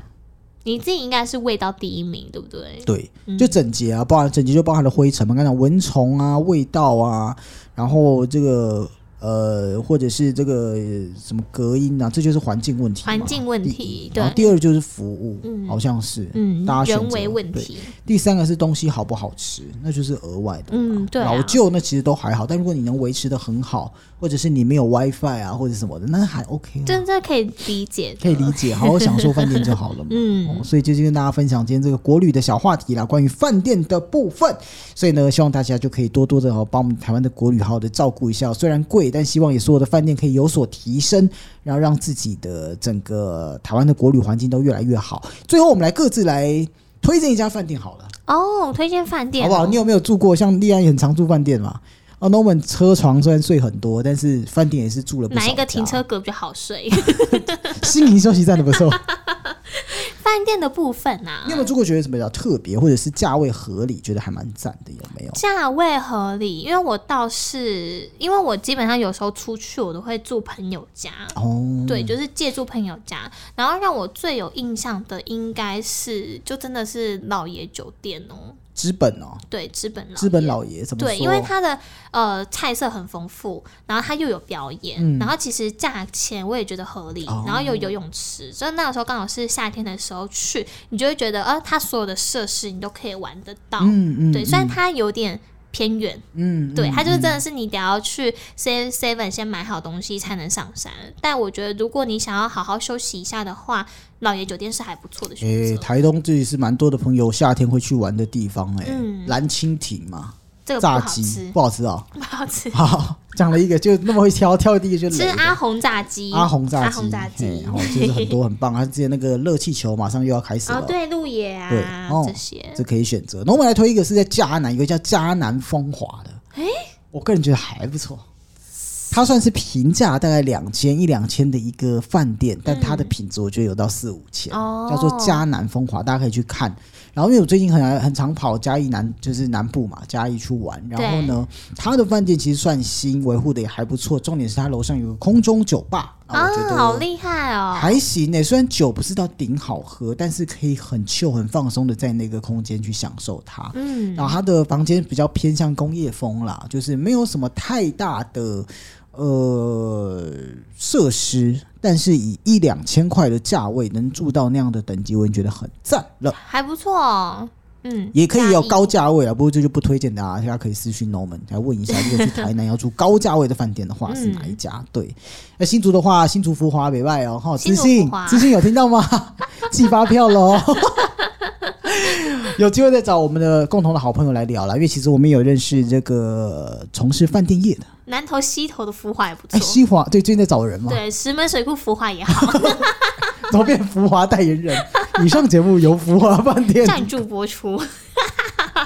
S2: 你自己应该是味道第一名，对不对？
S1: 对，就整洁啊，包含整洁就包含了灰尘嘛，刚才讲蚊虫啊、味道啊，然后这个呃，或者是这个呃什么隔音啊，这就是环境问题嘛。
S2: 环境问
S1: 第一
S2: 题，
S1: 然后
S2: 对，
S1: 第二就是服务，
S2: 嗯
S1: 好像是，
S2: 嗯
S1: 大，家选
S2: 人
S1: 择
S2: 为问
S1: 对
S2: 题，
S1: 第三个是东西好不好吃，那就是额外的。
S2: 嗯，对啊
S1: 老，旧那其实都还好，但如果你能维持的很好，或者是你没有 WiFi 啊，或者什么的，那还 OK 啊
S2: 这这可以理解的，
S1: 可以理解，好好享受饭店就好了嘛。
S2: 嗯
S1: 哦，所以就是跟大家分享今天这个国旅的小话题啦，关于饭店的部分。所以呢，希望大家就可以多多的哦，帮我们台湾的国旅好好的照顾一下哦、虽然贵，但希望也所有的饭店可以有所提升，然后让自己的整个台湾的国旅环境都越来越好。最后，我们来各自来推荐一家饭店好了，
S2: 哦，推荐饭店
S1: 好不好？
S2: 哦
S1: 你有没有住过？像丽安也很常住饭店嘛。哦，Norman 车床虽然睡很多，但是饭店也是住了不少。
S2: 哪一个停车？格比较好睡？
S1: 新营休息站的不错。
S2: 饭店的部分啊
S1: 你有，没有住过觉得什么比较特别，或者是价位合理，觉得还蛮赞的？有没有？
S2: 价位合理，因为我倒是因为我基本上有时候出去我都会住朋友家，
S1: 哦，
S2: 对，就是借住朋友家。然后让我最有印象的应该是，就真的是老爷酒店哦，
S1: 资本哦，
S2: 对，资本老
S1: 资本
S2: 爷
S1: 老爷怎么说？
S2: 对，因为它的呃菜色很丰富，然后它又有表演，
S1: 嗯
S2: 然后其实价钱我也觉得合理，
S1: 哦
S2: 然后有游泳池，所以那个时候刚好是夏天的时候去，你就会觉得呃，它所有的设施你都可以玩得到。
S1: 嗯嗯，
S2: 对，虽然
S1: 嗯
S2: 它有点偏远，
S1: 嗯，
S2: 对，
S1: 嗯
S2: 它就是真的是你得要去 Seven Seven 先买好东西才能上山。但我觉得如果你想要好好休息一下的话，老爷酒店是还不错的选
S1: 诶、
S2: 择。
S1: 台东这里是蛮多的朋友夏天会去玩的地方、诶，
S2: 嗯
S1: 蓝蜻蜓嘛，
S2: 这个不
S1: 炸
S2: 好
S1: 鸡
S2: 吃，
S1: 不好吃哦。
S2: 不好吃。
S1: 好，讲了一个就那么会挑，挑的第一个就是
S2: 吃
S1: 雷的
S2: 阿红炸鸡，
S1: 阿红炸
S2: 阿
S1: 鸡，
S2: 红炸鸡
S1: 嘿，哦好，就是很多很棒。他之前那个热气球马上又要开始了，
S2: 哦，对，鹿野
S1: 对
S2: 啊，
S1: 哦
S2: 这些
S1: 这可以选择。那我们来推一个是在迦南，有一个叫迦南风华的，哎、我个人觉得还不错。它算是平价，大概两千一两千的一个饭店，但它的品质我觉得有到四五千，
S2: 嗯哦
S1: 叫做迦南风华，大家可以去看。然后因为我最近很很常跑嘉义南，就是南部嘛，嘉义去玩。然后呢，它的饭店其实算新，维护的也还不错。重点是它楼上有个空中酒吧，然
S2: 啊
S1: 后我觉，得
S2: 好厉害哦！
S1: 还行欸呢、虽然酒不是到顶好喝，但是可以很 chill、很放松的在那个空间去享受它。
S2: 嗯，
S1: 然后它的房间比较偏向工业风啦，就是没有什么太大的呃设施，但是以一两千块的价位能住到那样的等级，我已经觉得很赞了。
S2: 还不错哦，嗯，
S1: 也可以有
S2: 要
S1: 高价位啊，不过这就不推荐大家，大家可以私讯 Norman 来问一下，如果去台南要住高价位的饭店的话，是哪一家？对，那新竹的话，新竹福华北外哦，哈，
S2: 新
S1: 资
S2: 竹
S1: 讯
S2: 福华
S1: 资讯有听到吗？寄发票喽。有机会再找我们的共同的好朋友来聊啦，因为其实我们也有认识这个从事饭店业的，
S2: 南投西头的孵化也不
S1: 哎，
S2: 错，
S1: 西华对，最近在找人嘛，
S2: 对，石门水库孵化也好，
S1: 怎么变福华代言人？以上节目由福华饭 店
S2: 赞助 播出，
S1: 啊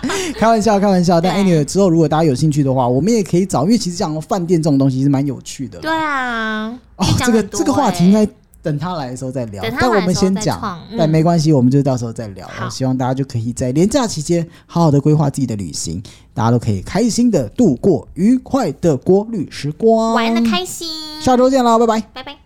S1: 开玩笑，开玩笑。但
S2: 对啊
S1: anyway，之后如果大家有兴趣的话，我们也可以找，因为其实讲饭店这种东西是蛮有趣的。
S2: 对啊，
S1: 哦
S2: 可以，讲
S1: 这个
S2: 很多
S1: 这个话题
S2: 欸
S1: 应该等他来的时候再聊
S2: 等，他
S1: 但我
S2: 来的
S1: 们
S2: 时候
S1: 先
S2: 再
S1: 讲
S2: 创，嗯
S1: 但没关系，我们就到时候再聊。哦
S2: 好
S1: 希望大家就可以在年假期间好好的规划自己的旅行，大家都可以开心的度过愉快的国旅时光。
S2: 玩的开心，
S1: 嗯下周见啦，拜拜。
S2: 拜拜。